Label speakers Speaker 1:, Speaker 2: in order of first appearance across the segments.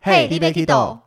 Speaker 1: 嘿你要去倒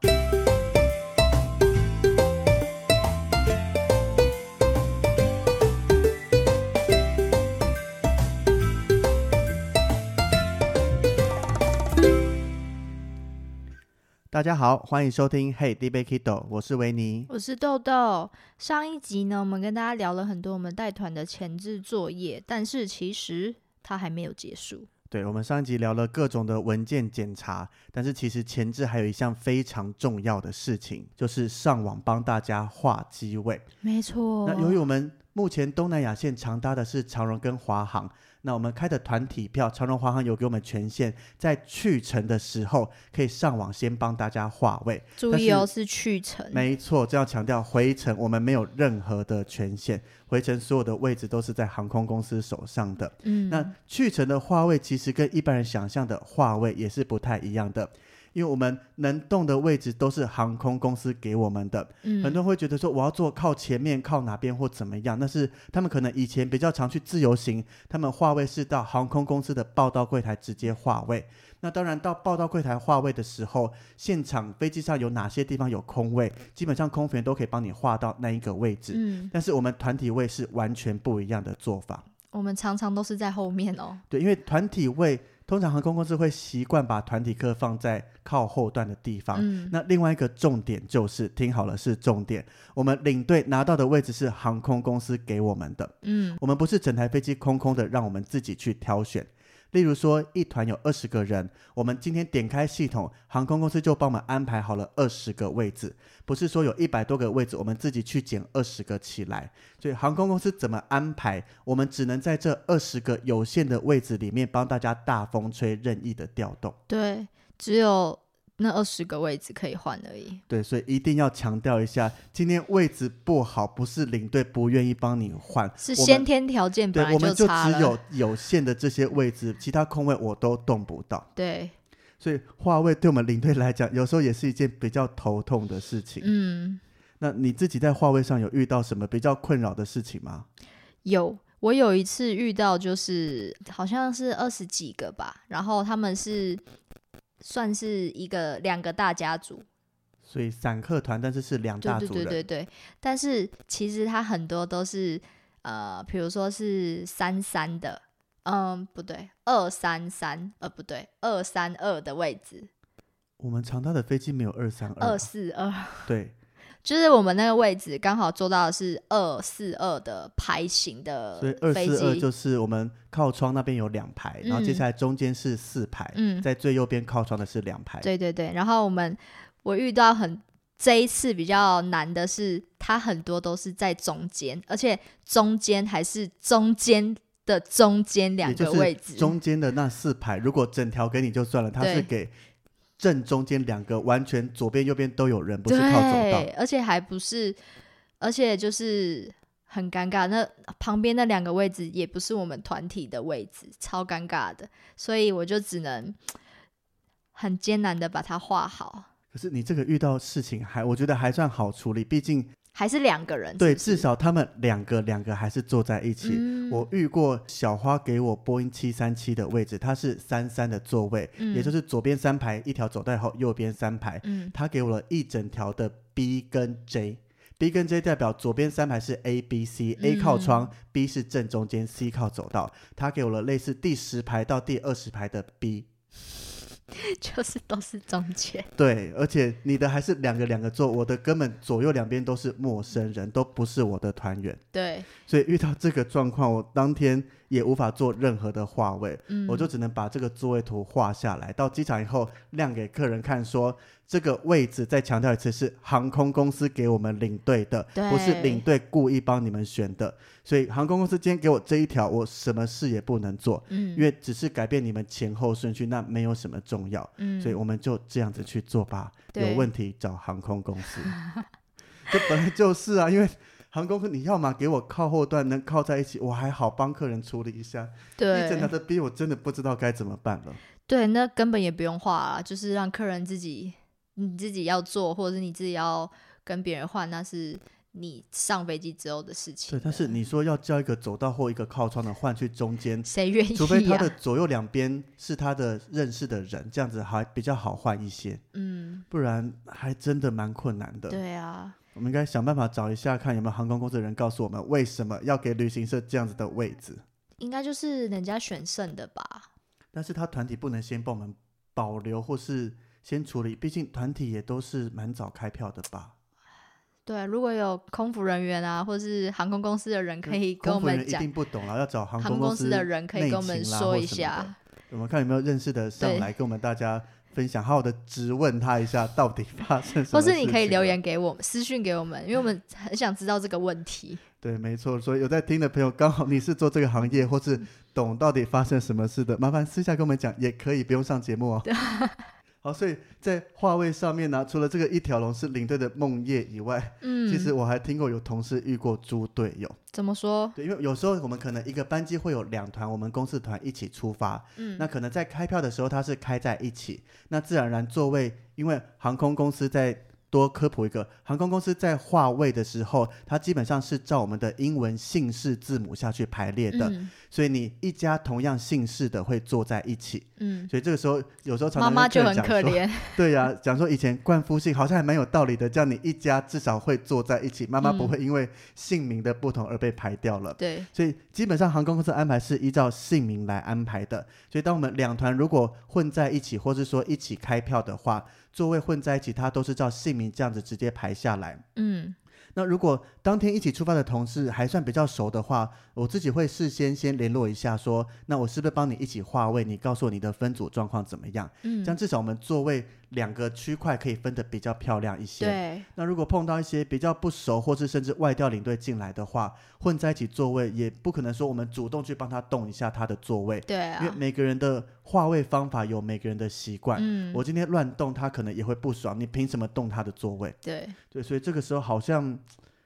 Speaker 2: 大家好，欢迎收听 Hey d b a k i d o 我是维尼。
Speaker 1: 我是豆豆。上一集呢，我们跟大家聊了很多我们带团的前置作业，但是其实它还没有结束。
Speaker 2: 对，我们上一集聊了各种的文件检查，但是其实前置还有一项非常重要的事情，就是上网帮大家画机位。
Speaker 1: 没错
Speaker 2: 那由于我们目前东南亚线常搭的是长荣跟华航，那我们开的团体票，长荣、华航有给我们权限，在去程的时候可以上网先帮大家画位。
Speaker 1: 注意哦，是去程。
Speaker 2: 没错，这要强调回程我们没有任何的权限，回程所有的位置都是在航空公司手上的。
Speaker 1: 嗯，
Speaker 2: 那去程的话位其实跟一般人想象的话位也是不太一样的，因为我们能动的位置都是航空公司给我们的。
Speaker 1: 嗯
Speaker 2: 很多人会觉得说我要坐靠前面、靠哪边或怎么样，那是他们可能以前比较常去自由行，他们话位是到航空公司的报到柜台直接话位。那当然，到报到柜台话位的时候，现场飞机上有哪些地方有空位，基本上空服员都可以帮你划到那一个位置。
Speaker 1: 嗯，
Speaker 2: 但是我们团体位是完全不一样的做法。
Speaker 1: 我们常常都是在后面哦。
Speaker 2: 对，因为团体位通常航空公司会习惯把团体客放在靠后段的地方。
Speaker 1: 嗯，
Speaker 2: 那另外一个重点就是，听好了是重点，我们领队拿到的位置是航空公司给我们的，
Speaker 1: 嗯，
Speaker 2: 我们不是整台飞机空空的，让我们自己去挑选。例如说，一团有二十个人，我们今天点开系统，航空公司就帮我们安排好了二十个位置，不是说有一百多个位置，我们自己去捡二十个起来。所以航空公司怎么安排，我们只能在这二十个有限的位置里面帮大家大风吹任意的调动。
Speaker 1: 对，只有那二十个位置可以换而已。
Speaker 2: 对，所以一定要强调一下，今天位置不好，不是领队不愿意帮你换，
Speaker 1: 是
Speaker 2: 我们
Speaker 1: 先天条件
Speaker 2: 对
Speaker 1: 本，来
Speaker 2: 我们就
Speaker 1: 差
Speaker 2: 只
Speaker 1: 了
Speaker 2: 有。 有限的这些位置，其他空位我都动不到。
Speaker 1: 对，
Speaker 2: 所以话位对我们领队来讲，有时候也是一件比较头痛的事情。
Speaker 1: 嗯，
Speaker 2: 那你自己在话位上有遇到什么比较困扰的事情吗？
Speaker 1: 有，我有一次遇到，就是好像是二十几个吧，然后他们是算是一个两个大家族，
Speaker 2: 所以散客团，但是是两
Speaker 1: 对
Speaker 2: 大
Speaker 1: 对
Speaker 2: 组
Speaker 1: 对
Speaker 2: 人，
Speaker 1: 对对，但是其实他很多都是呃，比如说是三三的，嗯，不对，二三三，呃，不对，二三二的位置，
Speaker 2: 我们长大的飞机没有二三
Speaker 1: 二
Speaker 2: 二，啊
Speaker 1: 四二，
Speaker 2: 对，
Speaker 1: 就是我们那个位置刚好坐到的是二四二的牌型的
Speaker 2: 所以二
Speaker 1: 呃飞
Speaker 2: 四二
Speaker 1: 机，
Speaker 2: 就是我们靠窗那边有两排，然后接
Speaker 1: 嗯
Speaker 2: 下来中间是四排，
Speaker 1: 嗯，
Speaker 2: 在最右边靠窗的是两排，
Speaker 1: 对对对，然后我们我遇到很这一次比较难的是，它很多都是在中间，而且中间还是中间的中间两
Speaker 2: 也就
Speaker 1: 个
Speaker 2: 是
Speaker 1: 位置，
Speaker 2: 中间的那四排，如果整条给你就算了，它是
Speaker 1: 对
Speaker 2: 给正中间两个完全左边右边都有人，不是靠走道
Speaker 1: 对，。而且还不是，而且就是很尴尬。那旁边那两个位置也不是我们团体的位置，超尴尬的，所以我就只能很艰难的把它画好。
Speaker 2: 可是你这个遇到事情还，我觉得还算好处理，毕竟
Speaker 1: 还是两个人，
Speaker 2: 对，
Speaker 1: 是不是
Speaker 2: 至少他们两个两个还是坐在一起。
Speaker 1: 嗯
Speaker 2: 我遇过小花给我波音七三七的位置，它是三三的座位，也就是左边三排一条走道后，右边三排，
Speaker 1: 嗯
Speaker 2: 他给我了一整条的 B 跟 J。B 跟 J 代表左边三排是 A、B、C，A 靠窗、b 是正中间，C 靠走道。他给我了类似第十排到第二十排的 B，
Speaker 1: 就是都是中间。
Speaker 2: 对，而且你的还是两个两个坐，我的根本左右两边都是陌生人，都不是我的团员，
Speaker 1: 对，
Speaker 2: 所以遇到这个状况，我当天也无法做任何的话位，
Speaker 1: 嗯，
Speaker 2: 我就只能把这个座位图画下来，到机场以后亮给客人看说，这个位置再强调一次是航空公司给我们领队的，
Speaker 1: 对
Speaker 2: 不是领队故意帮你们选的。所以航空公司今天给我这一条，我什么事也不能做，
Speaker 1: 嗯，
Speaker 2: 因为只是改变你们前后顺序，那没有什么重要。
Speaker 1: 嗯，
Speaker 2: 所以我们就这样子去做吧。
Speaker 1: 对
Speaker 2: 有问题找航空公 司，这本来就是啊，因为航空公司你要嘛给我靠后段能靠在一起，我还好帮客人处理一下。一整条
Speaker 1: 对
Speaker 2: 的逼我真的不知道该怎么办了。
Speaker 1: 对，那根本也不用画啊，就是让客人自己你自己要做，或者是你自己要跟别人换，那是你上飞机之后的事情
Speaker 2: 对，
Speaker 1: 了。
Speaker 2: 但是你说要叫一个走道或一个靠窗的换去中 间，
Speaker 1: 谁愿意、啊？
Speaker 2: 除非他的左右两边是他的认识的人，这样子还比较好换一些。
Speaker 1: 嗯，
Speaker 2: 不然还真的蛮困难的。
Speaker 1: 对啊，
Speaker 2: 我们应该想办法找一下，看有没有航空公司的人告诉我们为什么要给旅行社这样子的位置。
Speaker 1: 应该就是人家选剩的吧？
Speaker 2: 但是他团体不能先帮我们保留或是先处理，毕竟团体也都是蛮早开票的吧？
Speaker 1: 对，啊如果有空服人员啊，或是航空公司的人可以跟
Speaker 2: 嗯
Speaker 1: 我
Speaker 2: 空服人
Speaker 1: 们
Speaker 2: 员一
Speaker 1: 讲，
Speaker 2: 定不懂啊了，要找航
Speaker 1: 航空
Speaker 2: 公
Speaker 1: 公司的人可以跟我们
Speaker 2: 内勤啦
Speaker 1: 说
Speaker 2: 或
Speaker 1: 一
Speaker 2: 什么的
Speaker 1: 下。
Speaker 2: 我们看有没有认识的上
Speaker 1: 对
Speaker 2: 来跟我们大家分享，好好的质问他一下，到底发生什么？
Speaker 1: 或
Speaker 2: 啊
Speaker 1: 是你可以留。言给我们，私讯给我们，因为我们很想知道这个问题。
Speaker 2: 对，没错。所以有在听的朋友，刚好你是做这个行业，或是懂到底发生什么事的，麻烦私下跟我们讲，也可以不用上节目哦。 好，所以在话位上面呢、除了这个一条龙是领队的梦叶以外，
Speaker 1: 嗯，
Speaker 2: 其实我还听过有同事遇过猪队友。
Speaker 1: 怎么说？
Speaker 2: 对，因为有时候我们可能一个班机会有两团，我们公司团一起出发，
Speaker 1: 嗯，
Speaker 2: 那可能在开票的时候，它是开在一起，那自然而然座位，因为航空公司在多科普一个，航空公司在划位的时候，它基本上是照我们的英文姓氏字母下去排列的，
Speaker 1: 嗯
Speaker 2: 所以你一家同样姓氏的会坐在一起，
Speaker 1: 嗯，
Speaker 2: 所以这个时候有时候常
Speaker 1: 妈
Speaker 2: 常
Speaker 1: 妈
Speaker 2: 跟
Speaker 1: 就
Speaker 2: 客人讲
Speaker 1: 很可
Speaker 2: 说，
Speaker 1: 怜，
Speaker 2: 对呀、讲说以前冠夫姓好像还蛮有道理的，这样你一家至少会坐在一起，妈妈不
Speaker 1: 嗯
Speaker 2: 会因为姓名的不同而被排掉了。
Speaker 1: 对，
Speaker 2: 所以基本上航空公司安排是依照姓名来安排的。所以当我们两团如果混在一起，或是说一起开票的话，座位混在一起，它都是照姓名这样子直接排下来。
Speaker 1: 嗯
Speaker 2: 那如果当天一起出发的同事还算比较熟的话，我自己会事先先联络一下说，那我是不是帮你一起划位？你告诉我你的分组状况怎么样？这样
Speaker 1: 嗯，
Speaker 2: 至少我们座位两个区块可以分得比较漂亮一些。
Speaker 1: 对，
Speaker 2: 那如果碰到一些比较不熟，或是甚至外调领队进来的话，混在一起座位也不可能说我们主动去帮他动一下他的座位，
Speaker 1: 对
Speaker 2: 因为
Speaker 1: 啊，
Speaker 2: 每个人的划位方法有每个人的习惯。
Speaker 1: 嗯，
Speaker 2: 我今天乱动，他可能也会不爽。你凭什么动他的座位？
Speaker 1: 对
Speaker 2: 对，所以这个时候好像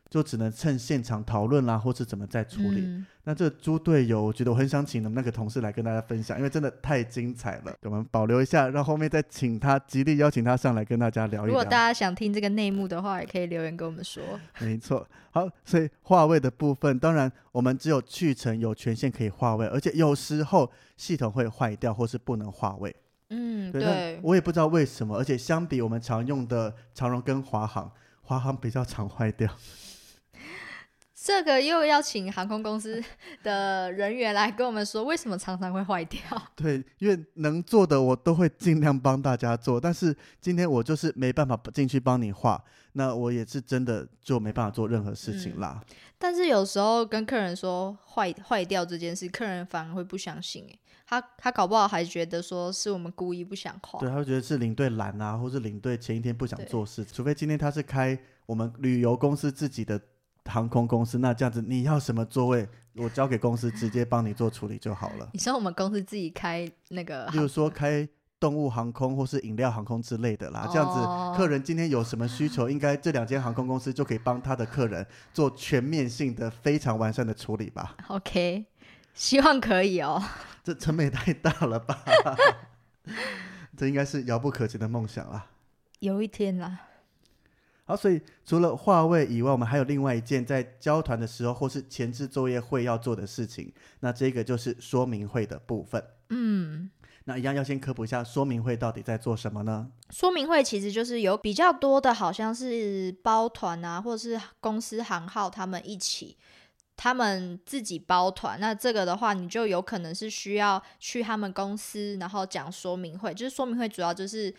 Speaker 2: 就只能趁现场讨论啦，或是怎么再处理。
Speaker 1: 嗯
Speaker 2: 那这猪队友，我觉得我很想请你们那个同事来跟大家分享，因为真的太精彩了。我们保留一下，让后面再请他，极力邀请他上来跟大家聊一啊
Speaker 1: 如果
Speaker 2: 聊
Speaker 1: 大。家想听这个内幕的话，也可以留言跟我们说。
Speaker 2: 没错，好，所以话位的部分，当然我们只有去程有权限可以话位，而且有时候系统会坏掉或是不能话位。
Speaker 1: 嗯，
Speaker 2: 那
Speaker 1: 对，
Speaker 2: 我也不知道为什么，而且相比我们常用的长荣跟华航，华航比较常坏掉。
Speaker 1: 这个又要请航空公司的人员来跟我们说，为什么常常会坏掉？
Speaker 2: 对，因为能做的我都会尽量帮大家做，但是今天我就是没办法进去帮你画，那我也是真的就没办法做任何事情
Speaker 1: 嗯
Speaker 2: 啦。
Speaker 1: 但是有时候跟客人说坏坏掉这件事，客人反而会不相信、欸，他他搞不好还觉得说是我们故意不想画。
Speaker 2: 对，他会觉得是领队懒啊，或是领队前一天不想
Speaker 1: 对
Speaker 2: 做事，除非今天他是开我们旅游公司自己的航空公司，那这样子你要什么座位，我交给公司直接帮你做处理就好 了。
Speaker 1: 你说我们公司自己开那个
Speaker 2: 例如说开动物航空或是饮料航空之类的啦，这样子
Speaker 1: 哦
Speaker 2: 客人今天有什么需求，应该这两间航空公司就可以帮他的客人做全面性的、非常完善的处理吧。
Speaker 1: OK，希望可以哦。
Speaker 2: 这成本也太大了吧？ 这应该是遥不可及的梦想啦。
Speaker 1: 有一天啦，
Speaker 2: 好，所以除了话位以外，我们还有另外一件在交团的时候或是前置作业会要做的事情。那这个就是说明会的部分。
Speaker 1: 嗯，
Speaker 2: 那一样要先科普一下，说明会到底在做什么呢？
Speaker 1: 说明会其实就是有比较多的，好像是包团啊，或者是公司行号他们一起。他们自己包团，那这个的话，你就有可能是需要去他们公司，然后讲说明会。就是说明会主要就是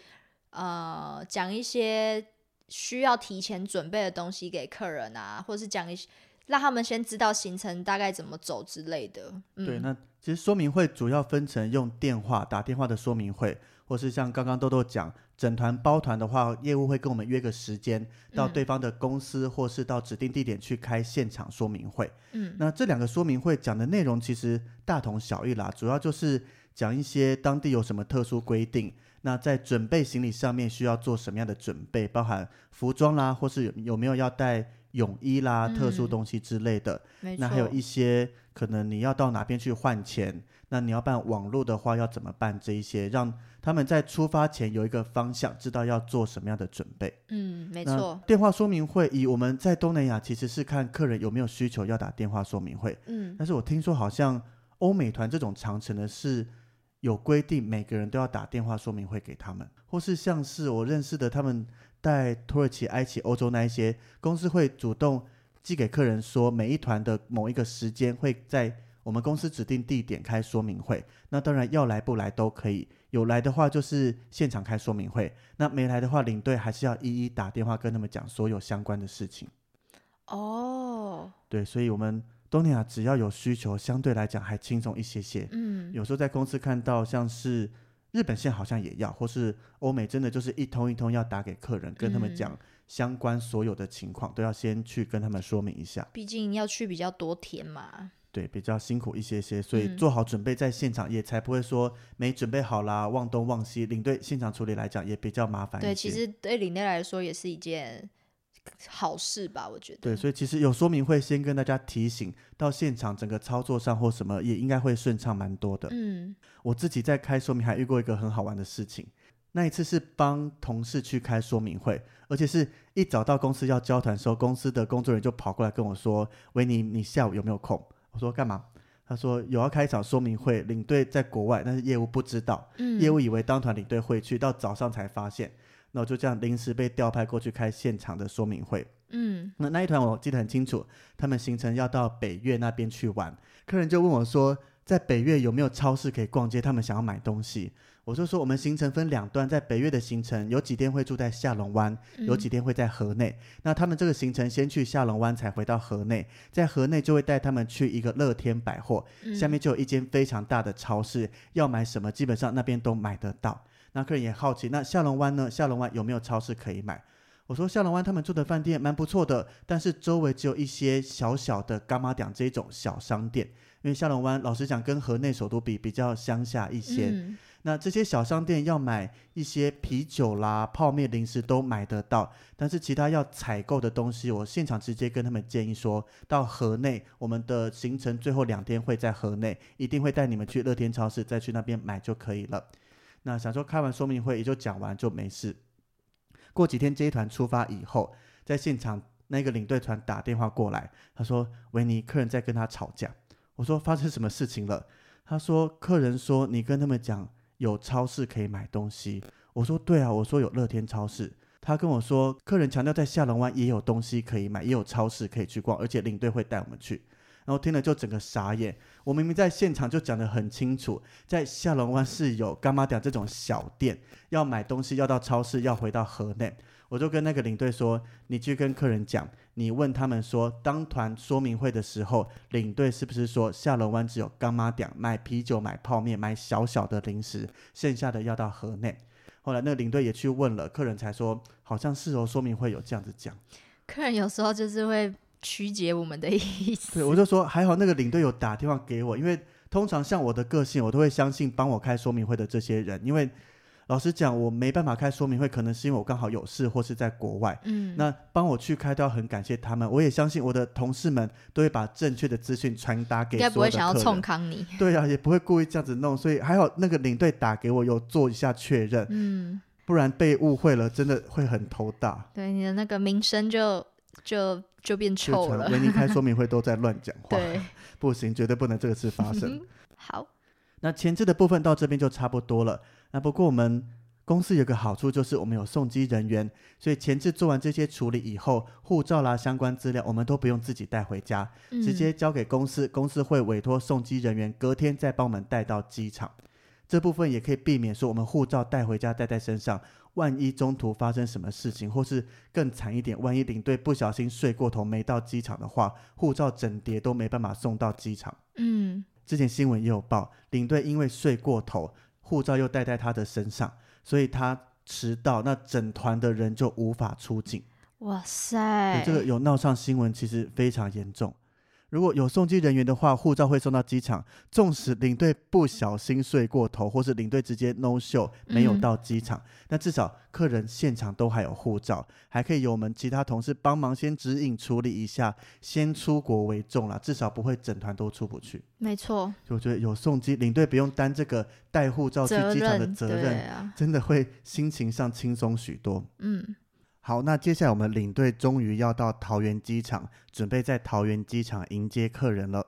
Speaker 1: 呃讲一些需要提前准备的东西给客人啊，或是讲一些让他们先知道行程大概怎么走之类的。嗯、
Speaker 2: 对，那其实说明会主要分成用电话打电话的说明会，或是像刚刚豆豆讲，整团包团的话，业务会跟我们约个时间，到
Speaker 1: 嗯
Speaker 2: 对方的公司或是到指定地点去开现场说明会。
Speaker 1: 嗯
Speaker 2: 那这两个说明会讲的内容其实大同小异啦，主要就是讲一些当地有什么特殊规定，那在准备行李上面需要做什么样的准备，包含服装啦，或是有有没有要带泳衣啦、
Speaker 1: 嗯
Speaker 2: 特殊东西之类的。
Speaker 1: 没错。
Speaker 2: 那还有一些可能你要到哪边去换钱，那你要办网络的话要怎么办？这一些让他们在出发前有一个方向，知道要做什么样的准备。
Speaker 1: 嗯，没
Speaker 2: 那
Speaker 1: 错，
Speaker 2: 电话说明会以我们在东南亚其实是看客人有没有需求要打电话说明会，
Speaker 1: 嗯
Speaker 2: 但是我听说好像欧美团这种长程的是有规定每个人都要打电话说明会给他们，或是像是我认识的他们带土耳其、埃及、欧洲那一些公司会主动寄给客人说，每一团的某一个时间会在我们公司指定地点开说明会。那当然要来不来都可以，有来的话就是现场开说明会，那没来的话，领队还是要一一打电话跟他们讲所有相关的事情。
Speaker 1: 哦，
Speaker 2: 对，所以我们东南亚只要有需求，相对来讲还轻松一些些。
Speaker 1: 嗯，
Speaker 2: 有时候在公司看到像是日本线好像也要，或是欧美真的就是一通一通要打给客人，跟他们
Speaker 1: 嗯
Speaker 2: 讲相关所有的情况，都要先去跟他们说明一下。
Speaker 1: 毕竟要去比较多天嘛。
Speaker 2: 对，比较辛苦一些些，所以
Speaker 1: 嗯
Speaker 2: 做好准备在现场，也才不会说没准备好啦，忘东忘西。领队现场处理来讲也比较麻烦一些。
Speaker 1: 对，其实对领队来说也是一件好事吧，我觉得。
Speaker 2: 对，所以其实有说明会先跟大家提醒，到现场整个操作上或什么也应该会顺畅蛮多的。
Speaker 1: 嗯，
Speaker 2: 我自己在开说明还遇过一个很好玩的事情，那一次是帮同事去开说明会，而且是一早到公司要交团的时候，公司的工作人员就跑过来跟我说：“维尼，你下午有没有空？”我说：“干嘛？”他说：“有啊要开一场说明会，领队在国外，但是业务不知道，
Speaker 1: 嗯
Speaker 2: 业务以为当团领队会去，到早上才发现。”那我就这样临时被调派过去开现场的说明会。
Speaker 1: 嗯，
Speaker 2: 那那一团我记得很清楚，他们行程要到北越那边去玩。客人就问我说，在北越有没有超市可以逛街？他们想要买东西。我就说我们行程分两段，在北越的行程有几天会住在下龙湾，有
Speaker 1: 嗯
Speaker 2: 几天会在河内。那他们这个行程先去下龙湾，才回到河内，在河内就会带他们去一个乐天百货，
Speaker 1: 嗯
Speaker 2: 下面就有一间非常大的超市，要买什么基本上那边都买得到。那客人也好奇，那下龙湾呢？下龙湾有没有超市可以买？我说下龙湾他们住的饭店蛮不错的，但是周围只有一些小小的伽马店这种小商店，因为下龙湾老实讲跟河内首都比比较乡下一些。
Speaker 1: 嗯
Speaker 2: 那这些小商店要买一些啤酒啦、泡面、零食都买得到，但是其他要采购的东西，我现场直接跟他们建议说，到河内，我们的行程最后两天会在河内，一定会带你们去乐天超市，再去那边买就可以了。那想说开完说明会也就讲完就没事。过几天这一团出发以后，在现场那个领队团打电话过来，他说维尼客人在跟他吵架。我说发生什么事情了？他说客人说你跟他们讲有超市可以买东西。我说对啊，我说有乐天超市。他跟我说，客人强调在下龙湾也有东西可以买，也有超市可以去逛，而且领队会带我们去。然后听了就整个傻眼。我明明在现场就讲得很清楚，在下龙湾是有干妈店这种小店，要买东西要到超市，要回到河内。我就跟那个领队说，你去跟客人讲，你问他们说，当团说明会的时候，领队是不是说下龙湾只有干妈店卖啤酒、买泡面、买小小的零食，剩下的要到河内。后来那个领队也去问了，客人才说好像是哦，说明会有这样子讲。
Speaker 1: 客人有时候就是会曲解我们的意思。
Speaker 2: 对，我就说还好那个领队有打电话给我，因为通常像我的个性，我都会相信帮我开说明会的这些人，因为老实讲，我没办法开说明会，可能是因为我刚好有事或是在国外。
Speaker 1: 嗯，
Speaker 2: 那帮我去开都要很感谢他们，我也相信我的同事们都会把正确的资讯传达给所有
Speaker 1: 应该
Speaker 2: 的
Speaker 1: 不会想要
Speaker 2: 客人
Speaker 1: 冲康你。
Speaker 2: 对啊，也不会故意这样子弄，所以还好那个领队打给我有做一下确认，
Speaker 1: 嗯，
Speaker 2: 不然被误会了真的会很头大。
Speaker 1: 对，你的那个名声就就就变臭
Speaker 2: 就
Speaker 1: 了
Speaker 2: 成。维尼开说明会都在乱讲话，
Speaker 1: 对，嗯
Speaker 2: 不行，绝对不能这个事发生。
Speaker 1: 好，
Speaker 2: 那前置的部分到这边就差不多了。那不过我们公司有个好处就是我们有送机人员，所以前置做完这些处理以后，护照啦相关资料我们都不用自己带回家，直
Speaker 1: 嗯
Speaker 2: 接交给公司，公司会委托送机人员隔天再帮我们带到机场。这部分也可以避免说我们护照带回家带在身上，万一中途发生什么事情，或是更惨一点，万一领队不小心睡过头没到机场的话，护照整叠都没办法送到机场。
Speaker 1: 嗯
Speaker 2: 之前新闻也有报，领队因为睡过头，护照又带在他的身上，所以他迟到，那整团的人就无法出境。
Speaker 1: 嗯，哇塞
Speaker 2: 对，这个有闹上新闻，其实非常严重。如果有送机人员的话，护照会送到机场。纵使领队不小心睡过头，或是领队直接 no show 没有
Speaker 1: 嗯
Speaker 2: 到机场，那至少客人现场都还有护照，还可以由我们其他同事帮忙先指引处理一下，先出国为重啦，至少不会整团都出不去。
Speaker 1: 没错，
Speaker 2: 所以我觉得有送机领队不用担这个带护照去
Speaker 1: 责
Speaker 2: 机场的
Speaker 1: 任
Speaker 2: 责
Speaker 1: 对
Speaker 2: 任，
Speaker 1: 啊，
Speaker 2: 真的会心情上轻松许多。
Speaker 1: 嗯
Speaker 2: 好，那接下来我们领队终于要到桃园机场，准备在桃园机场迎接客人了。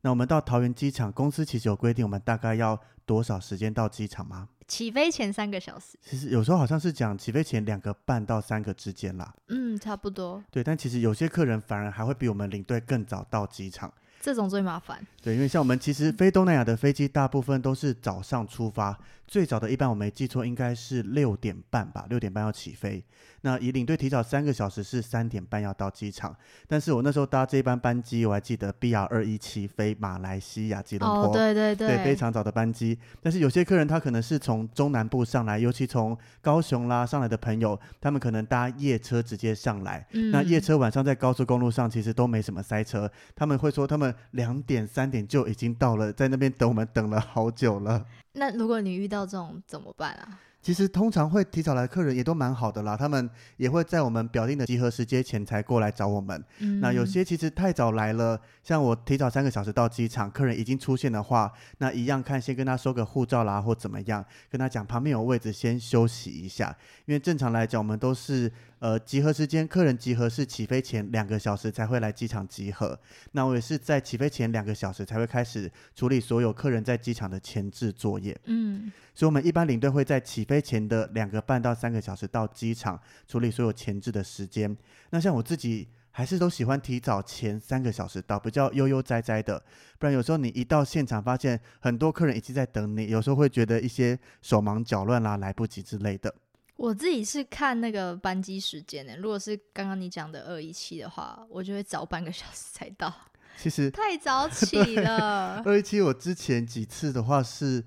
Speaker 2: 那我们到桃园机场，公司其实有规定，我们大概要多少时间到机场吗？
Speaker 1: 起飞前三个小时，
Speaker 2: 其实有时候好像是讲起飞前两个半到三个之间啦。
Speaker 1: 嗯，差不多。
Speaker 2: 对，但其实有些客人反而还会比我们领队更早到机场。
Speaker 1: 这种最麻烦。
Speaker 2: 对，因为像我们其实飞东南亚的飞机大部分都是早上出发，最早的一般我没记错应该是六点半吧，六点半要起飞。那以领队提早三个小时是三点半要到机场，但是我那时候搭这班班机，我还记得 BR 二一七飞马来西亚吉隆坡。
Speaker 1: 哦，对对对，
Speaker 2: 对，非常早的班机。但是有些客人他可能是从中南部上来，尤其从高雄啦上来的朋友，他们可能搭夜车直接上来。
Speaker 1: 嗯
Speaker 2: 那夜车晚上在高速公路上其实都没什么塞车，他们会说他们两点三点就已经到了，在那边等我们等了好久了。
Speaker 1: 那如果你遇到这种怎么办啊？
Speaker 2: 其实通常会提早来的客人也都蛮好的啦，他们也会在我们表定的集合时间前才过来找我们。
Speaker 1: 嗯，
Speaker 2: 那有些其实太早来了，像我提早三个小时到机场，客人已经出现的话，那一样看先跟他收个护照啦，或怎么样，跟他讲旁边有位置，先休息一下。因为正常来讲，我们都是呃集合时间，客人集合是起飞前两个小时才会来机场集合。那我也是在起飞前两个小时才会开始处理所有客人在机场的前置作业。
Speaker 1: 嗯，
Speaker 2: 所以，我们一般领队会在起飞前的两个半到三个小时到机场处理所有前置的时间。那像我自己还是都喜欢提早前三个小时到，比较悠悠哉哉的。不然有时候你一到现场，发现很多客人已经在等你，有时候会觉得一些手忙脚乱啦、来不及之类的。
Speaker 1: 我自己是看那个班机时间的、如果是刚刚你讲的二一七的话，我就会早半个小时才 到，
Speaker 2: 其实
Speaker 1: 太早起了。
Speaker 2: 二一七我之前几次的话是。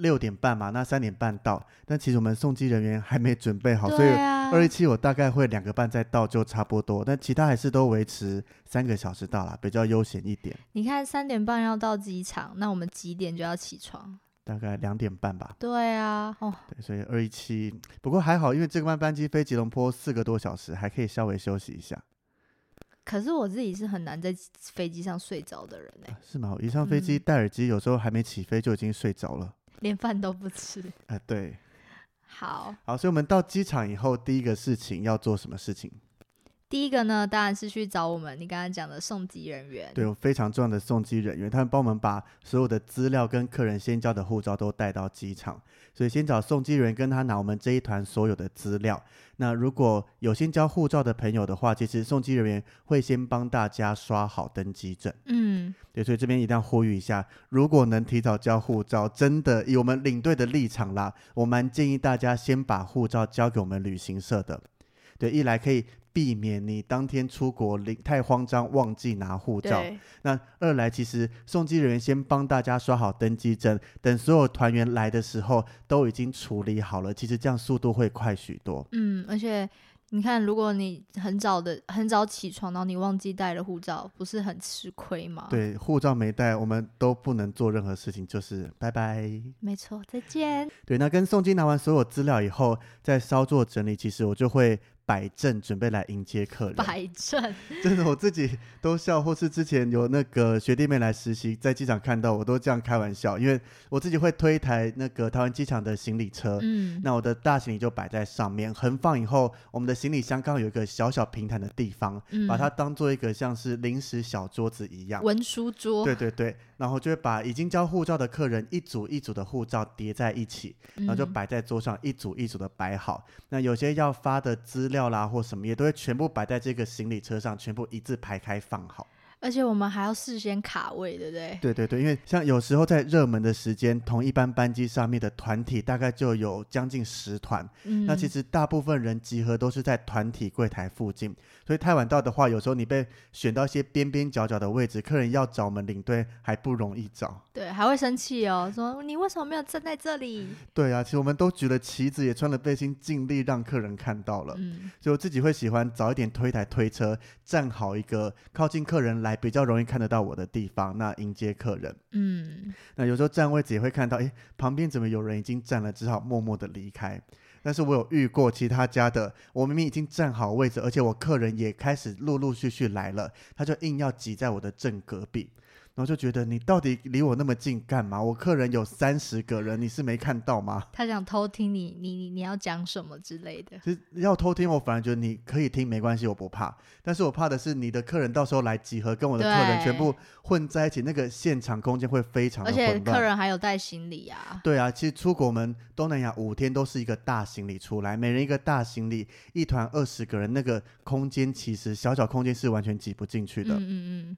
Speaker 2: 六点半嘛，那三点半到，但其实我们送机人员还没准备好，所以
Speaker 1: 对啊，
Speaker 2: 二一七我大概会两个半再到就差不多，但其他还是都维持三个小时到啦，比较悠闲一点，
Speaker 1: 你看三点半要到机场，那我们几点就要起床？
Speaker 2: 大概两点半吧。
Speaker 1: 对啊，哦，
Speaker 2: 对，所以二一七不过还好，因为这班班机飞吉隆坡四个多小时，还可以稍微休息一下，
Speaker 1: 可是我自己是很难在飞机上睡着的人哎、
Speaker 2: 啊是吗？我一上飞机
Speaker 1: 嗯
Speaker 2: 戴耳机，有时候还没起飞就已经睡着了。
Speaker 1: 连饭都不吃。
Speaker 2: 哎、对，
Speaker 1: 好，
Speaker 2: 好，所以我们到机场以后，第一个事情要做什么事情？
Speaker 1: 第一个呢，当然是去找我们你刚刚讲的送机人员。
Speaker 2: 对，有非常重要的送机人员，他们帮我们把所有的资料跟客人先交的护照都带到机场，所以先找送机人员跟他拿我们这一团所有的资料。那如果有先交护照的朋友的话，其实送机人员会先帮大家刷好登机证。
Speaker 1: 嗯，
Speaker 2: 对，所以这边一定要呼吁一下，如果能提早交护照，真的以我们领队的立场啦，我蛮建议大家先把护照交给我们旅行社的。对，一来可以避免你当天出国领太慌张忘记拿护照，
Speaker 1: 对，
Speaker 2: 那二来，其实送机人员先帮大家刷好登机证，等所有团员来的时候都已经处理好了，其实这样速度会快许多。
Speaker 1: 嗯，而且你看，如果你很早的很早起床，然后你忘记带了护照，不是很吃亏吗？，
Speaker 2: 对，护照没带，我们都不能做任何事情，就是拜拜。
Speaker 1: 没错，再见。
Speaker 2: 对，那跟送机拿完所有资料以后，再稍作整理，其实我就会摆正，准备来迎接客人。
Speaker 1: 摆正，
Speaker 2: 真的，我自己都笑，或是之前有那个学弟妹来实习，在机场看到我都这样开玩笑，因为我自己会推一台那个台湾机场的行李车，
Speaker 1: 嗯，
Speaker 2: 那我的大行李就摆在上面，横放以后，我们的行李箱刚好有一个小小平坦的地方，
Speaker 1: 嗯
Speaker 2: 把它当做一个像是临时小桌子一样。
Speaker 1: 文书桌，
Speaker 2: 对对对，然后就会把已经交护照的客人一组一组的护照叠在一起，
Speaker 1: 嗯，
Speaker 2: 然后就摆在桌上一组一组的摆好。那有些要发的资料啦或什么，也都会全部摆在这个行李车上，全部一字排开放好。
Speaker 1: 而且我们还要事先卡位，对不对？
Speaker 2: 对对对，因为像有时候在热门的时间，同一班班机上面的团体大概就有将近十团，
Speaker 1: 嗯，
Speaker 2: 那其实大部分人集合都是在团体柜台附近，所以太晚到的话，有时候你被选到一些边边角角的位置，客人要找我们领队还不容易找。
Speaker 1: 对，还会生气哦，说你为什么没有站在这里？
Speaker 2: 对啊，其实我们都举了旗子，也穿了背心，尽力让客人看到了。
Speaker 1: 嗯，
Speaker 2: 所以我自己会喜欢早一点推一台推车，站好一个靠近客人来比较容易看得到我的地方，那迎接客人。
Speaker 1: 嗯，
Speaker 2: 那有时候占位置也会看到，诶，旁边怎么有人已经站了，只好默默的离开。但是我有遇过其他家的，我明明已经站好位置，而且我客人也开始陆陆续续来了，他就硬要挤在我的正隔壁。然后就觉得你到底离我那么近干嘛？我客人有三十个人，你是没看到吗？
Speaker 1: 他想偷听你，你你你要讲什么之类的。
Speaker 2: 其实要偷听，我反而觉得你可以听没关系，我不怕。但是我怕的是你的客人到时候来集合，跟我的客人
Speaker 1: 对
Speaker 2: 全部混在一起，那个现场空间会非常的
Speaker 1: 而且
Speaker 2: 混
Speaker 1: 客
Speaker 2: 乱。
Speaker 1: 人还有带行李啊，
Speaker 2: 对啊，其实出国我们东南亚五天都是一个大行李出来，每人一个大行李，一团二十个人，那个空间其实小小空间是完全挤不进去
Speaker 1: 嗯
Speaker 2: 的。
Speaker 1: 嗯嗯，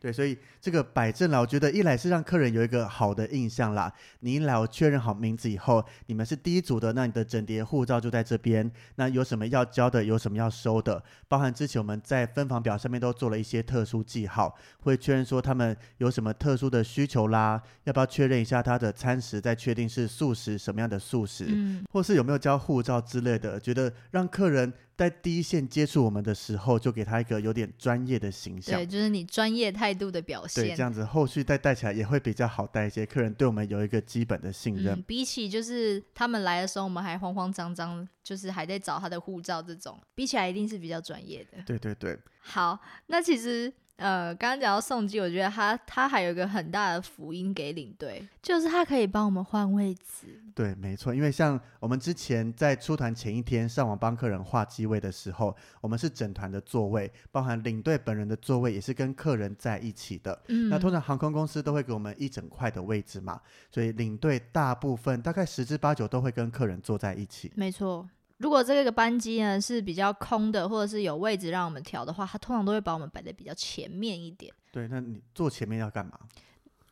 Speaker 2: 对，所以这个摆正啦，我觉得一来是让客人有一个好的印象啦。你一来我确认好名字以后，你们是第一组的，那你的整叠护照就在这边。那有什么要交的，有什么要收的，包含之前我们在分房表上面都做了一些特殊记号，会确认说他们有什么特殊的需求啦，要不要确认一下他的餐食，再确定是素食什么样的素食。
Speaker 1: 嗯，
Speaker 2: 或是有没有交护照之类的，觉得让客人在第一线接触我们的时候，就给他一个有点专业的形象
Speaker 1: 对，。就是你专业态度的表
Speaker 2: 对，
Speaker 1: 现
Speaker 2: 这。样子后续再带起来也会比较好带一些，客人对我们有一个基本的信任。
Speaker 1: 嗯，比起就是他们来的时候，我们还慌慌张张，就是还在找他的护照这种，比起来一定是比较专业的。
Speaker 2: 对对对，
Speaker 1: 好，那其实呃，刚刚讲到宋基，我觉得他他还有一个很大的福音给领队，就是他可以帮我们换位置。
Speaker 2: 对，没错。因为像我们之前在出团前一天上网帮客人画机位的时候，我们是整团的座位，包含领队本人的座位也是跟客人在一起的。
Speaker 1: 嗯，
Speaker 2: 那通常航空公司都会给我们一整块的位置嘛，所以领队大部分大概十之八九都会跟客人坐在一起。
Speaker 1: 没错。如果这个班机呢是比较空的，或者是有位置让我们调的话，他通常都会把我们摆在比较前面一点。
Speaker 2: 对，那你坐前面要干嘛？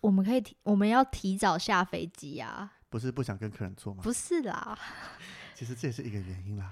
Speaker 1: 我们可以提，我们要提早下飞机啊？
Speaker 2: 不是不想跟客人坐吗？
Speaker 1: 不是啦，
Speaker 2: 其实这也是一个原因啦。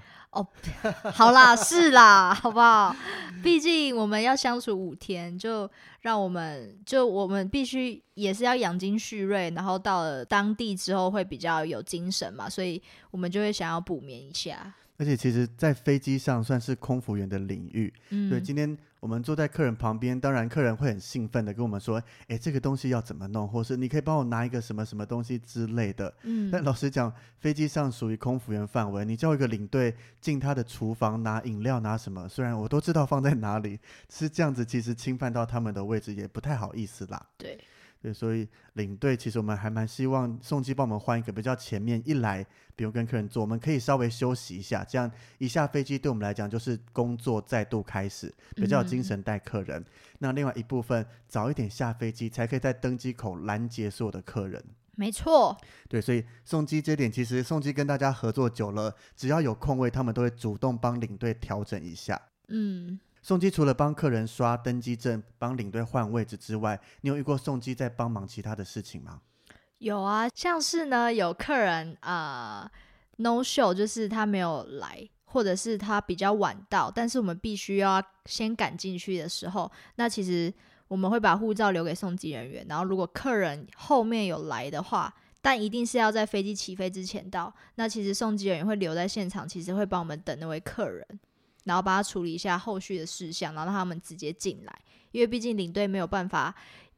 Speaker 1: 好啦，是啦，好不好？毕竟我们要相处五天，就让我们就我们必须也是要养精蓄锐，然后到了当地之后会比较有精神嘛，所以我们就会想要补眠一下。
Speaker 2: 而且其实，在飞机上算是空服员的领域。对，
Speaker 1: 嗯，
Speaker 2: 今天我们坐在客人旁边，当然客人会很兴奋的跟我们说：“诶，这个东西要怎么弄，或是你可以帮我拿一个什么什么东西之类的。”但
Speaker 1: 嗯，
Speaker 2: 老实讲，飞机上属于空服员范围，你叫一个领队进他的厨房拿饮料拿什么，虽然我都知道放在哪里，是这样子，其实侵犯到他们的位置也不太好意思啦。
Speaker 1: 对，
Speaker 2: 对，所以领队其实我们还蛮希望宋基帮我们换一个比较前面，一来不用跟客人坐，我们可以稍微休息一下，这样一下飞机对我们来讲就是工作再度开始，比较有精神带客人。那另外一部分早一点下飞机，才可以在登机口拦截所有的客人。
Speaker 1: 没错，
Speaker 2: 对，所以宋基这点，其实宋基跟大家合作久了，只要有空位，他们都会主动帮领队调整一下。
Speaker 1: 嗯，
Speaker 2: 宋基除了帮客人刷登机证、帮领队换位置之外，你有遇过宋基在帮忙其他的事情吗？
Speaker 1: 有啊，像是呢，有客人啊、呃、no show，就是他没有来，或者是他比较晚到，但是我们必须要先赶进去的时候，那其实我们会把护照留给送机人员，然后如果客人后面有来的话。但一定是要在飞机起飞之前到。那其实送机人员会留在现场，其实会帮我们等那位客人，然后帮他处理一下后续的事项，然后让他们直接进来。因为毕竟领队没有办法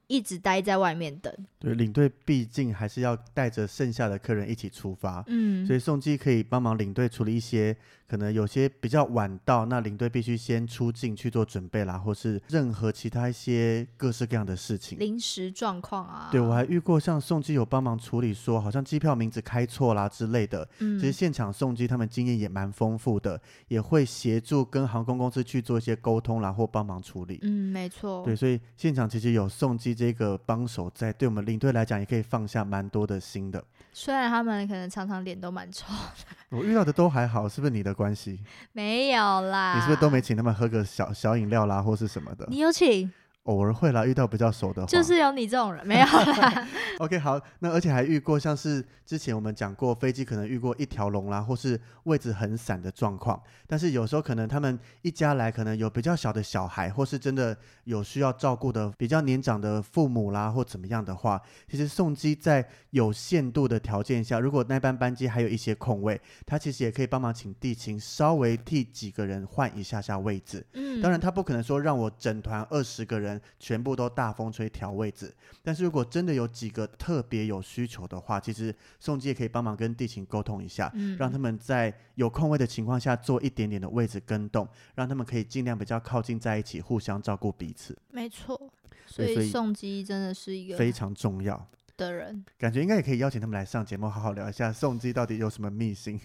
Speaker 1: 一直待在外面等。
Speaker 2: 对，领队毕竟还是要带着剩下的客人一起出发，
Speaker 1: 嗯，
Speaker 2: 所以宋基可以帮忙领队处理一些可能有些比较晚到，那领队必须先出境去做准备啦，或是任何其他一些各式各样的事情。
Speaker 1: 临时状况啊。
Speaker 2: 对，我还遇过像送机有帮忙处理说，好像机票名字开错啦之类的。
Speaker 1: 嗯
Speaker 2: 其实现场送机他们经验也蛮丰富的，也会协助跟航空公司去做一些沟通啦，或帮忙处理。
Speaker 1: 嗯，没错，
Speaker 2: 对，所以现场其实有送机这个帮手在，对我们领队来讲也可以放下蛮多的心的。
Speaker 1: 虽然他们可能常常脸都蛮臭，
Speaker 2: 我遇到的都还好，是不是你的关系？
Speaker 1: 没有啦，
Speaker 2: 你是不是都没？请他们喝个小小饮料啦，或是什么的？
Speaker 1: 啊你有请，
Speaker 2: 偶尔会啦，遇到比较熟的话。
Speaker 1: 就是有你这种人， 没有啦。
Speaker 2: OK，好，那而且还遇过像是之前我们讲过，飞机可能遇过一条龙啦，或是位置很散的状况。但是有时候可能他们一家来，可能有比较小的小孩，或是真的有需要照顾的比较年长的父母啦，或怎么样的话，其实送机在有限度的条件下，如果那班班机还有一些空位，他其实也可以帮忙请地勤稍微替几个人换一下下位置。
Speaker 1: 嗯，
Speaker 2: 当然，他不可能说让我整团二十个人全部都大风吹调位置，但是如果真的有几个特别有需求的话，其实宋基也可以帮忙跟地勤沟通一下，
Speaker 1: 嗯，
Speaker 2: 让他们在有空位的情况下做一点点的位置跟动，让他们可以尽量比较靠近在一起，互相照顾彼此。
Speaker 1: 没错，所
Speaker 2: 对所
Speaker 1: 以
Speaker 2: 以
Speaker 1: 宋基真的是一个
Speaker 2: 非常重要。
Speaker 1: 的人。
Speaker 2: 感觉应该也可以邀请他们来上节目，好好聊一下宋基到底有什么秘 辛。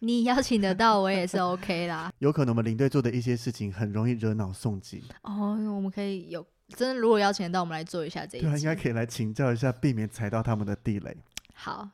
Speaker 1: 你邀请得到我也是 OK 啦。
Speaker 2: 有可能我们领队做的一些事情很容易惹恼宋基，
Speaker 1: 哦，我们可以有真的，如果邀请得到，我们来做一下这一
Speaker 2: 对啊，应
Speaker 1: 集。
Speaker 2: 该可以来请教一下，避免踩到他们的地雷。
Speaker 1: 好，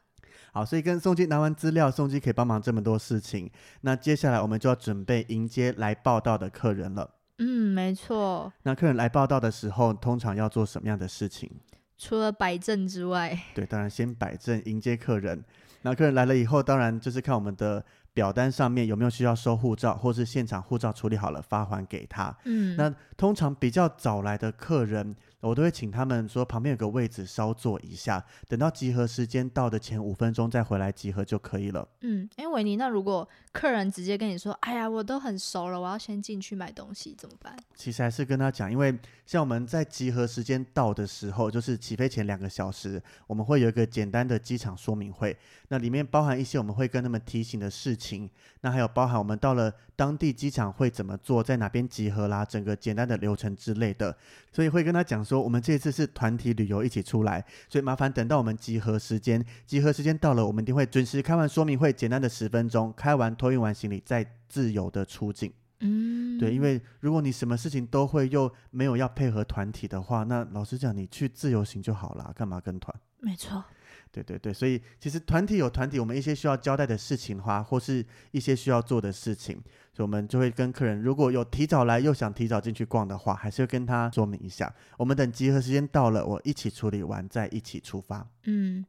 Speaker 2: 好，所以跟宋基拿完资料，宋基可以帮忙这么多事情。那接下来我们就要准备迎接来报道的客人了。
Speaker 1: 嗯，没错。
Speaker 2: 那客人来报道的时候，通常要做什么样的事情？
Speaker 1: 除了摆正之外，
Speaker 2: 对，当然先摆正迎接客人。那客人来了以后，当然就是看我们的表单上面有没有需要收护照，或是现场护照处理好了发还给他。
Speaker 1: 嗯，
Speaker 2: 那通常比较早来的客人，我都会请他们说旁边有个位置稍坐一下，等到集合时间到的前五分钟再回来集合就可以了。
Speaker 1: 嗯，哎，维尼，那如果客人直接跟你说：“哎呀，我都很熟了，我要先进去买东西，怎么办
Speaker 2: 其实还是跟他讲，因为像我们在集合时间到的时候，就是起飞前两个小时，我们会有一个简单的机场说明会，那里面包含一些我们会跟他们提醒的事情，那还有包含我们到了当地机场会怎么做，在哪边集合啦，整个简单的流程之类的，所以会跟他讲说，我们这次是团体旅游一起出来，所以麻烦等到我们集合时间，集合时间到了，我们一定会准时开完说明会，简单的十分钟，开完托运完行李再自由的出境。？”
Speaker 1: 嗯，
Speaker 2: 对，因为如果你什么事情都会，又没有要配合团体的话，那老实讲，你去自由行就好啦，干嘛跟团？
Speaker 1: 没错，
Speaker 2: 对对对，所以其实团体有团体，我们一些需要交代的事情的话，或是一些需要做的事情，所以我们就会跟客人，如果有提早来又想提早进去逛的话，还是会跟他说明一下，我们等集合时间到了，我一起处理完再一起出发。
Speaker 1: 嗯，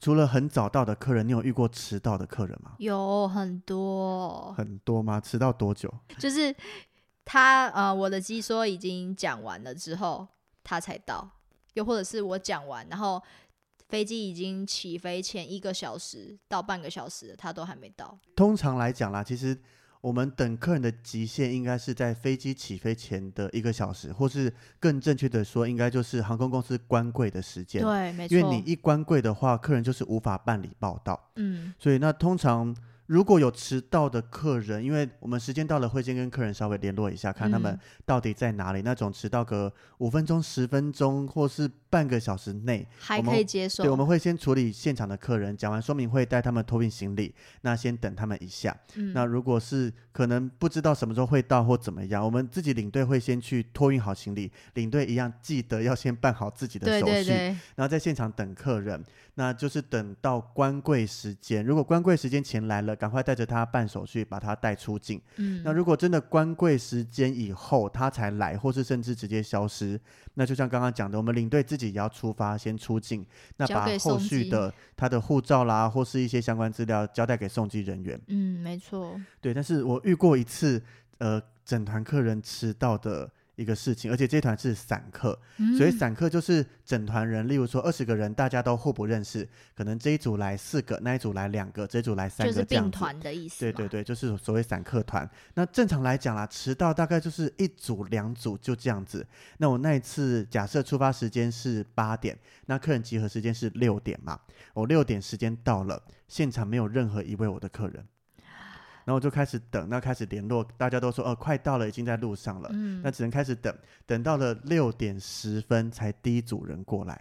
Speaker 2: 除了很早到的客人，你有遇过迟到的客人吗？
Speaker 1: 有很多，
Speaker 2: 很多吗？迟到多久？
Speaker 1: 就是他呃，我的机说已经讲完了之后，他才到，又或者是我讲完，然后飞机已经起飞前一个小时到半个小时了，他都还没到。
Speaker 2: 通常来讲啦，其实我们等客人的极限应该是在飞机起飞前的一个小时，或是更正确的说，应该就是航空公司关柜的时间。
Speaker 1: 对，没错，
Speaker 2: 因为你一关柜的话，客人就是无法办理报到，
Speaker 1: 嗯
Speaker 2: 所以那通常。如果有迟到的客人，因为我们时间到了，会先跟客人稍微联络一下，看他们
Speaker 1: 嗯
Speaker 2: 到底在哪里。那种迟到个五分钟、十分钟或是半个小时内，
Speaker 1: 还
Speaker 2: 我们
Speaker 1: 可以接受，
Speaker 2: 对，我们会先处理现场的客人，讲完说明会，带他们托运行李，那先等他们一下。
Speaker 1: 嗯
Speaker 2: 那如果是可能不知道什么时候会到或怎么样，我们自己领队会先去托运好行李，领队一样记得要先办好自己的
Speaker 1: 对
Speaker 2: 手续，
Speaker 1: 对对，
Speaker 2: 然后在现场等客人。那就是等到关柜时间，如果关柜时间前来了，赶快带着他办手续，把他带出境。
Speaker 1: 嗯，
Speaker 2: 那如果真的关柜时间以后他才来，或是甚至直接消失，那就像刚刚讲的，我们领队自己也要出发先出境，那
Speaker 1: 交
Speaker 2: 把
Speaker 1: 给
Speaker 2: 后
Speaker 1: 送
Speaker 2: 续
Speaker 1: 机
Speaker 2: 的他的护照啦或是一些相关资料交代给送机人员。
Speaker 1: 嗯，没错，
Speaker 2: 对，但是我遇过一次，呃，整团客人迟到的一个事情，而且这团是散客，所以
Speaker 1: 嗯
Speaker 2: 散客就是整团人，例如说二十个人，大家都互不认识，可能这一组来四个，那一组来两个，这一组来三
Speaker 1: 就
Speaker 2: 个，
Speaker 1: 是
Speaker 2: 这样
Speaker 1: 并
Speaker 2: 子。
Speaker 1: 团的意思
Speaker 2: 对
Speaker 1: 嘛，
Speaker 2: 对对，就是所谓散客团。那正常来讲啦，迟到大概就是一组两组就这样子。那我那一次假设出发时间是八点，那客人集合时间是六点嘛，我六点时间到了，现场没有任何一位我的客人，然后我就开始等，那开始联络，大家都说哦快到了，已经在路上了，
Speaker 1: 嗯，
Speaker 2: 那只能开始等，等到了六点十分才第一组人过来。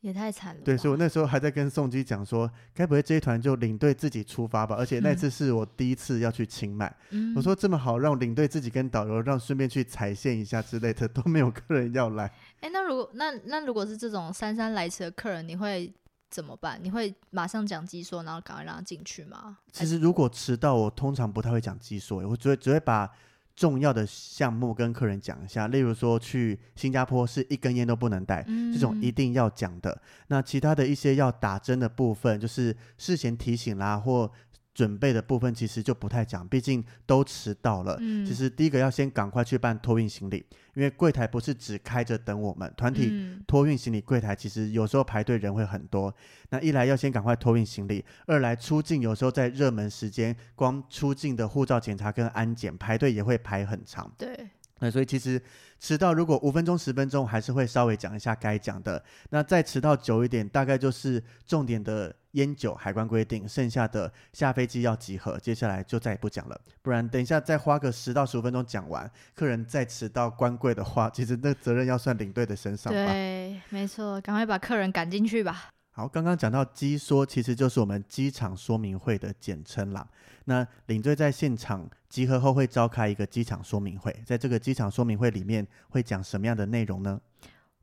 Speaker 1: 也太惨了吧，
Speaker 2: 对，所以我那时候还在跟宋基讲说，该不会这一团就领队自己出发吧？而且那次是我第一次要去清迈，
Speaker 1: 嗯
Speaker 2: 我说这么好，让领队自己跟导游，让顺便去踩线一下之类的，都没有客人要来。
Speaker 1: 哎、那如果那那如果是这种姗姗来迟的客人，你会怎么办？你会马上讲机说，然后赶快让他进去吗？
Speaker 2: 其实如果迟到，我通常不太会讲技术，我只会只会把重要的项目跟客人讲一下，例如说去新加坡是一根烟都不能带。
Speaker 1: 嗯
Speaker 2: 这种一定要讲的。那其他的一些要打针的部分，就是事前提醒啦或准备的部分，其实就不太讲，毕竟都迟到了。
Speaker 1: 嗯
Speaker 2: 其实第一个要先赶快去办托运行李，因为柜台不是只开着等我们，团体
Speaker 1: 嗯
Speaker 2: 托运行李柜台其实有时候排队人会很多。那一来要先赶快托运行李，二来出境有时候在热门时间，光出境的护照检查跟安检排队也会排很长。
Speaker 1: 对，
Speaker 2: 那所以其实迟到如果五分钟十分钟，还是会稍微讲一下该讲的。那再迟到久一点，大概就是重点的烟酒海关规定，剩下的下飞机要集合，接下来就再也不讲了。不然等一下再花个十到十五分钟讲完，客人再迟到关柜的话，其实那责任要算领队的身上吧。
Speaker 1: 对，没错，赶快把客人赶进去吧。
Speaker 2: 好，刚刚讲到机说，其实就是我们机场说明会的简称啦。那领队在现场集合后会召开一个机场说明会，在这个机场说明会里面会讲什么样的内容呢？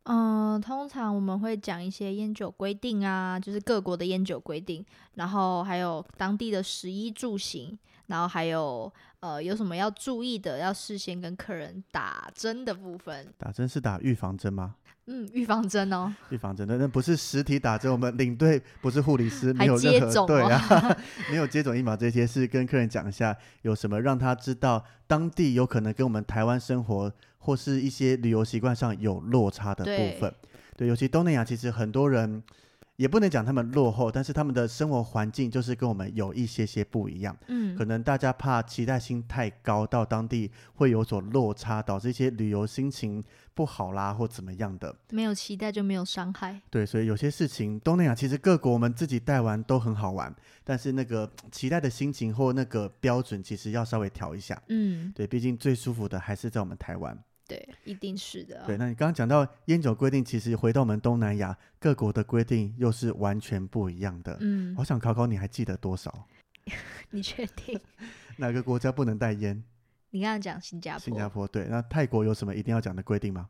Speaker 1: 嗯，通常我们会讲一些烟酒规定啊，就是各国的烟酒规定，然后还有当地的食衣住行，然后还有呃有什么要注意的，要事先跟客人打针的部分。
Speaker 2: 打针是打预防针吗？
Speaker 1: 嗯，预防针哦，
Speaker 2: 预防针，那那不是实体打针，我们领队不是护理师，没
Speaker 1: 还
Speaker 2: 有
Speaker 1: 接
Speaker 2: 任何
Speaker 1: 种
Speaker 2: 对
Speaker 1: 哦
Speaker 2: 啊， 没有接种疫苗这些，是跟客人讲一下有什么，让他知道当地有可能跟我们台湾生活或是一些旅游习惯上有落差的部分。对，尤其东南亚，其实很多人也不能讲他们落后，但是他们的生活环境就是跟我们有一些些不一样。
Speaker 1: 嗯
Speaker 2: 可，能大家怕期待心太高，到当地会有所落差，导致一些旅游心情不好啦，或怎么样的。
Speaker 1: 没有期待就没有伤害。
Speaker 2: 对，所以有些事情，东南亚其实各国我们自己带完都很好玩，但是那个期待的心情或那个标准，其实要稍微调一下。
Speaker 1: 嗯，
Speaker 2: 对，毕竟最舒服的还是在我们台湾。
Speaker 1: 对，一定是的。哦
Speaker 2: 对，那你刚刚讲到烟酒规定，其实回到我们东南亚，各国的规定又是完全不一样的。
Speaker 1: 嗯
Speaker 2: 好，想考考你，还记得多少？
Speaker 1: 你确定？
Speaker 2: 哪个国家不能带烟？
Speaker 1: 你刚刚讲新加坡，
Speaker 2: 新加坡。对，那泰国有什么一定要讲的规定吗？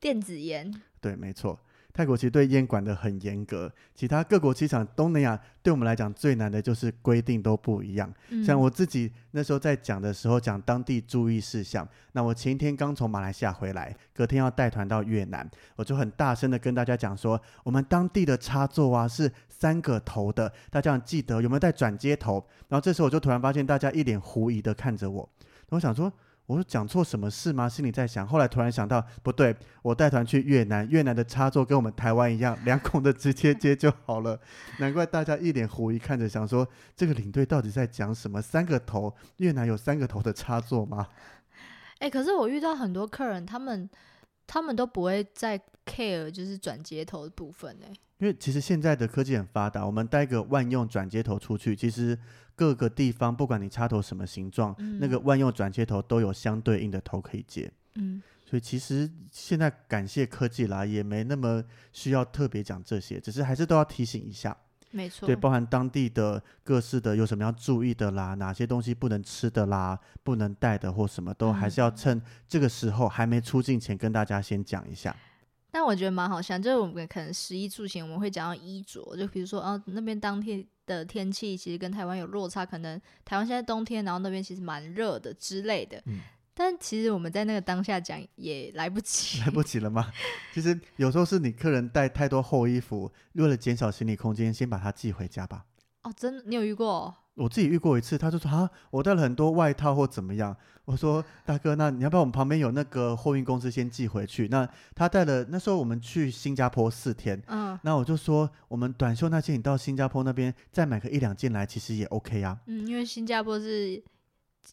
Speaker 1: 电子烟，
Speaker 2: 对，没错，泰国其实对烟管的很严格，其他各国机场东南亚对我们来讲最难的就是规定都不一样。
Speaker 1: 嗯
Speaker 2: 像我自己那时候在讲的时候，讲当地注意事项。那我前一天刚从马来西亚回来，隔天要带团到越南，我就很大声的跟大家讲说，我们当地的插座啊是三个头的，大家要记得有没有带转接头？然后这时候我就突然发现大家一脸狐疑的看着我，我想说。我说讲错什么事吗？心里在想，后来突然想到不对，我带团去越南，越南的插座跟我们台湾一样，两孔的直接接就好了。难怪大家一脸狐疑看着，想说这个领队到底在讲什么？三个头，越南有三个头的插座吗？
Speaker 1: 哎、可是我遇到很多客人，他们他们都不会再 care 就是转接头的部分哎、
Speaker 2: 因为其实现在的科技很发达，我们带个万用转接头出去，其实各个地方不管你插头什么形状，
Speaker 1: 嗯
Speaker 2: 那个万用转接头都有相对应的头可以接。
Speaker 1: 嗯，
Speaker 2: 所以其实现在感谢科技啦，也没那么需要特别讲这些，只是还是都要提醒一下。
Speaker 1: 没错，
Speaker 2: 对，包含当地的各式的有什么要注意的啦，哪些东西不能吃的啦，不能带的或什么都，还是要
Speaker 1: 嗯
Speaker 2: 趁这个时候还没出境前跟大家先讲一下。
Speaker 1: 但我觉得蛮好笑，就是我们可能食衣住行，我们会讲到衣着，就比如说，啊，那边当天的天气其实跟台湾有落差，可能台湾现在冬天，然后那边其实蛮热的之类的。
Speaker 2: 嗯
Speaker 1: 但其实我们在那个当下讲也来不 及，
Speaker 2: 来不及了吗？其实有时候是你客人带太多厚衣服，为了减少行李空间，先把它寄回家吧。
Speaker 1: 哦，真的，你有遇过哦、
Speaker 2: 我自己遇过一次，他就说啊，我带了很多外套或怎么样。我说大哥，那你要不要我们旁边有那个货运公司先寄回去？那他带了，那时候我们去新加坡四天，
Speaker 1: 嗯
Speaker 2: 那我就说，我们短袖那些，你到新加坡那边再买个一两件来，其实也 OK 啊。
Speaker 1: 嗯，因为新加坡是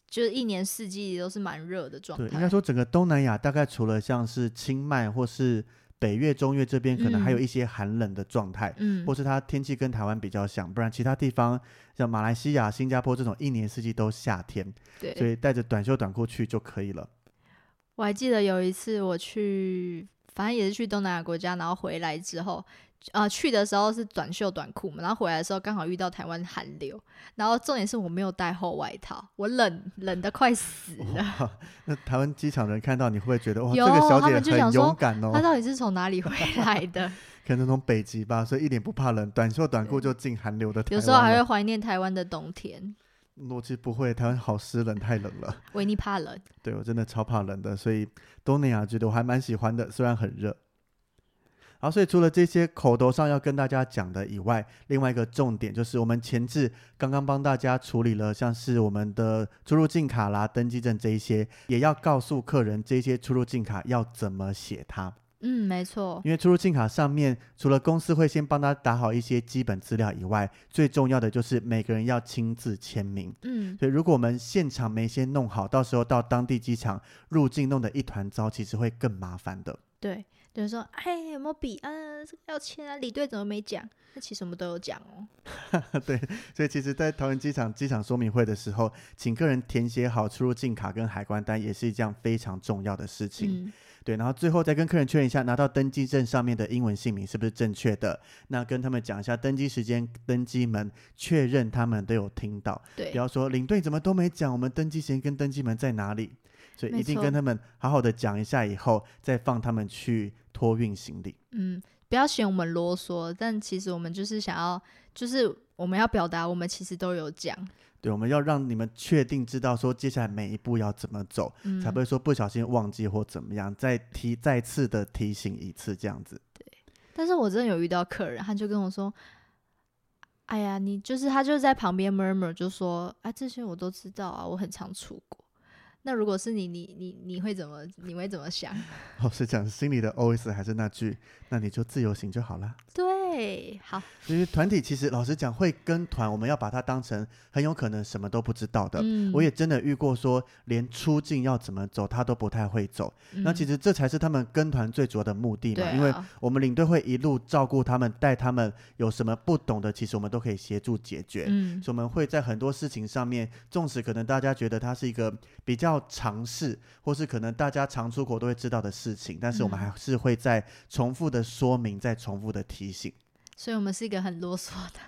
Speaker 1: 就是一年四季都是蛮热的状
Speaker 2: 对，应该
Speaker 1: 态，
Speaker 2: 说整个东南亚大概除了像是清迈或是北越、中越这边，可能还有
Speaker 1: 嗯
Speaker 2: 一些寒冷的状态，
Speaker 1: 嗯
Speaker 2: 或，是它天气跟台湾比较像，不然其他地方像马来西亚、新加坡这种一年四季都夏天，
Speaker 1: 对，
Speaker 2: 所以带着短袖短裤去就可 以了。
Speaker 1: 我还记得有一次我去，反正也是去东南亚国家，然后回来之后，啊、去的时候是短袖短裤嘛，然后回来的时候刚好遇到台湾寒流，然后重点是我没有带厚外套，我冷冷的快死了。
Speaker 2: 哇，那台湾机场人看到你会不会觉得哇，这
Speaker 1: 有
Speaker 2: 个小
Speaker 1: 他
Speaker 2: 姐
Speaker 1: 们就想
Speaker 2: 很
Speaker 1: 说
Speaker 2: 勇敢
Speaker 1: 他
Speaker 2: 哦？
Speaker 1: 到底是从哪里回来 的？
Speaker 2: 可能从北极吧，所以一点不怕冷，短袖短裤就进寒流的台湾
Speaker 1: 有
Speaker 2: 了。
Speaker 1: 时候还会怀念台湾的冬天，
Speaker 2: 我其实不会，台湾好湿冷，太冷了。
Speaker 1: 维尼怕冷。
Speaker 2: 对我真的超怕冷的，所以东南亚觉得我还蛮喜欢的，虽然很热。好，所以除了这些口头上要跟大家讲的以外，另外一个重点就是我们前置刚刚帮大家处理了，像是我们的出入境卡啦、登记证这一些，也要告诉客人这些出入境卡要怎么写它。
Speaker 1: 嗯，没错，
Speaker 2: 因为出入境卡上面，除了公司会先帮他打好一些基本资料以外，最重要的就是每个人要亲自签名。
Speaker 1: 嗯，
Speaker 2: 所以如果我们现场没先弄好，到时候到当地机场入境弄得一团糟，其实会更麻烦的。
Speaker 1: 对，就是说，哎，有没有笔？嗯、这个要签啊，李队怎么没讲？那其实我们都有讲哦。
Speaker 2: 所以其实，在桃园机场机场说明会的时候，请客人填写好出入境卡跟海关单，也是一件非常重要的事情。
Speaker 1: 嗯，
Speaker 2: 对，然后最后再跟客人确认一下，拿到登机证上面的英文姓名是不是正确的？那跟他们讲一下登机时间、登机门，确认他们都有听到，
Speaker 1: 对
Speaker 2: 不，要说领队怎么都没讲，我们登机时间跟登机门在哪里？所以
Speaker 1: 没
Speaker 2: 一定
Speaker 1: 错
Speaker 2: 跟他们好好的讲一下，以后再放他们去托运行李。
Speaker 1: 嗯，不要嫌我们啰嗦，但其实我们就是想要，就是我们要表达，我们其实都有讲，
Speaker 2: 对，我们要让你们确定知道说接下来每一步要怎么走，
Speaker 1: 嗯，
Speaker 2: 才不会说不小心忘记或怎么样，再提再次的提醒一次这样子。
Speaker 1: 但是我真的有遇到客人，他就跟我说：“哎呀，你就是他就在旁边 murmur 就说，啊，这些我都知道啊，我很常出国。那如果是你，你你你会怎么？你会怎么想？
Speaker 2: 老实讲，心里的 OS 还是那句，那你就自由行就好啦。
Speaker 1: 对，好，
Speaker 2: 因为团体其实老实讲，会跟团，我们要把它当成很有可能什么都不知道的。
Speaker 1: 嗯，
Speaker 2: 我也真的遇过说，连出境要怎么走，他都不太会走。那其
Speaker 1: 实
Speaker 2: 实这才是他们跟团最主要的目的
Speaker 1: 嗯对
Speaker 2: 嘛，
Speaker 1: 啊、
Speaker 2: 因为我们领队会一路照顾他们，带他们有什么不懂的，其实我们都可以协助解决。
Speaker 1: 嗯，
Speaker 2: 所以我们会在很多事情上面，纵使可能大家觉得它是一个比较常识，或是可能大家常出国都会知道的事情，但是我们
Speaker 1: 嗯
Speaker 2: 还是会在重复的说明，再重复的提醒。
Speaker 1: 所以我们是一个很啰嗦的，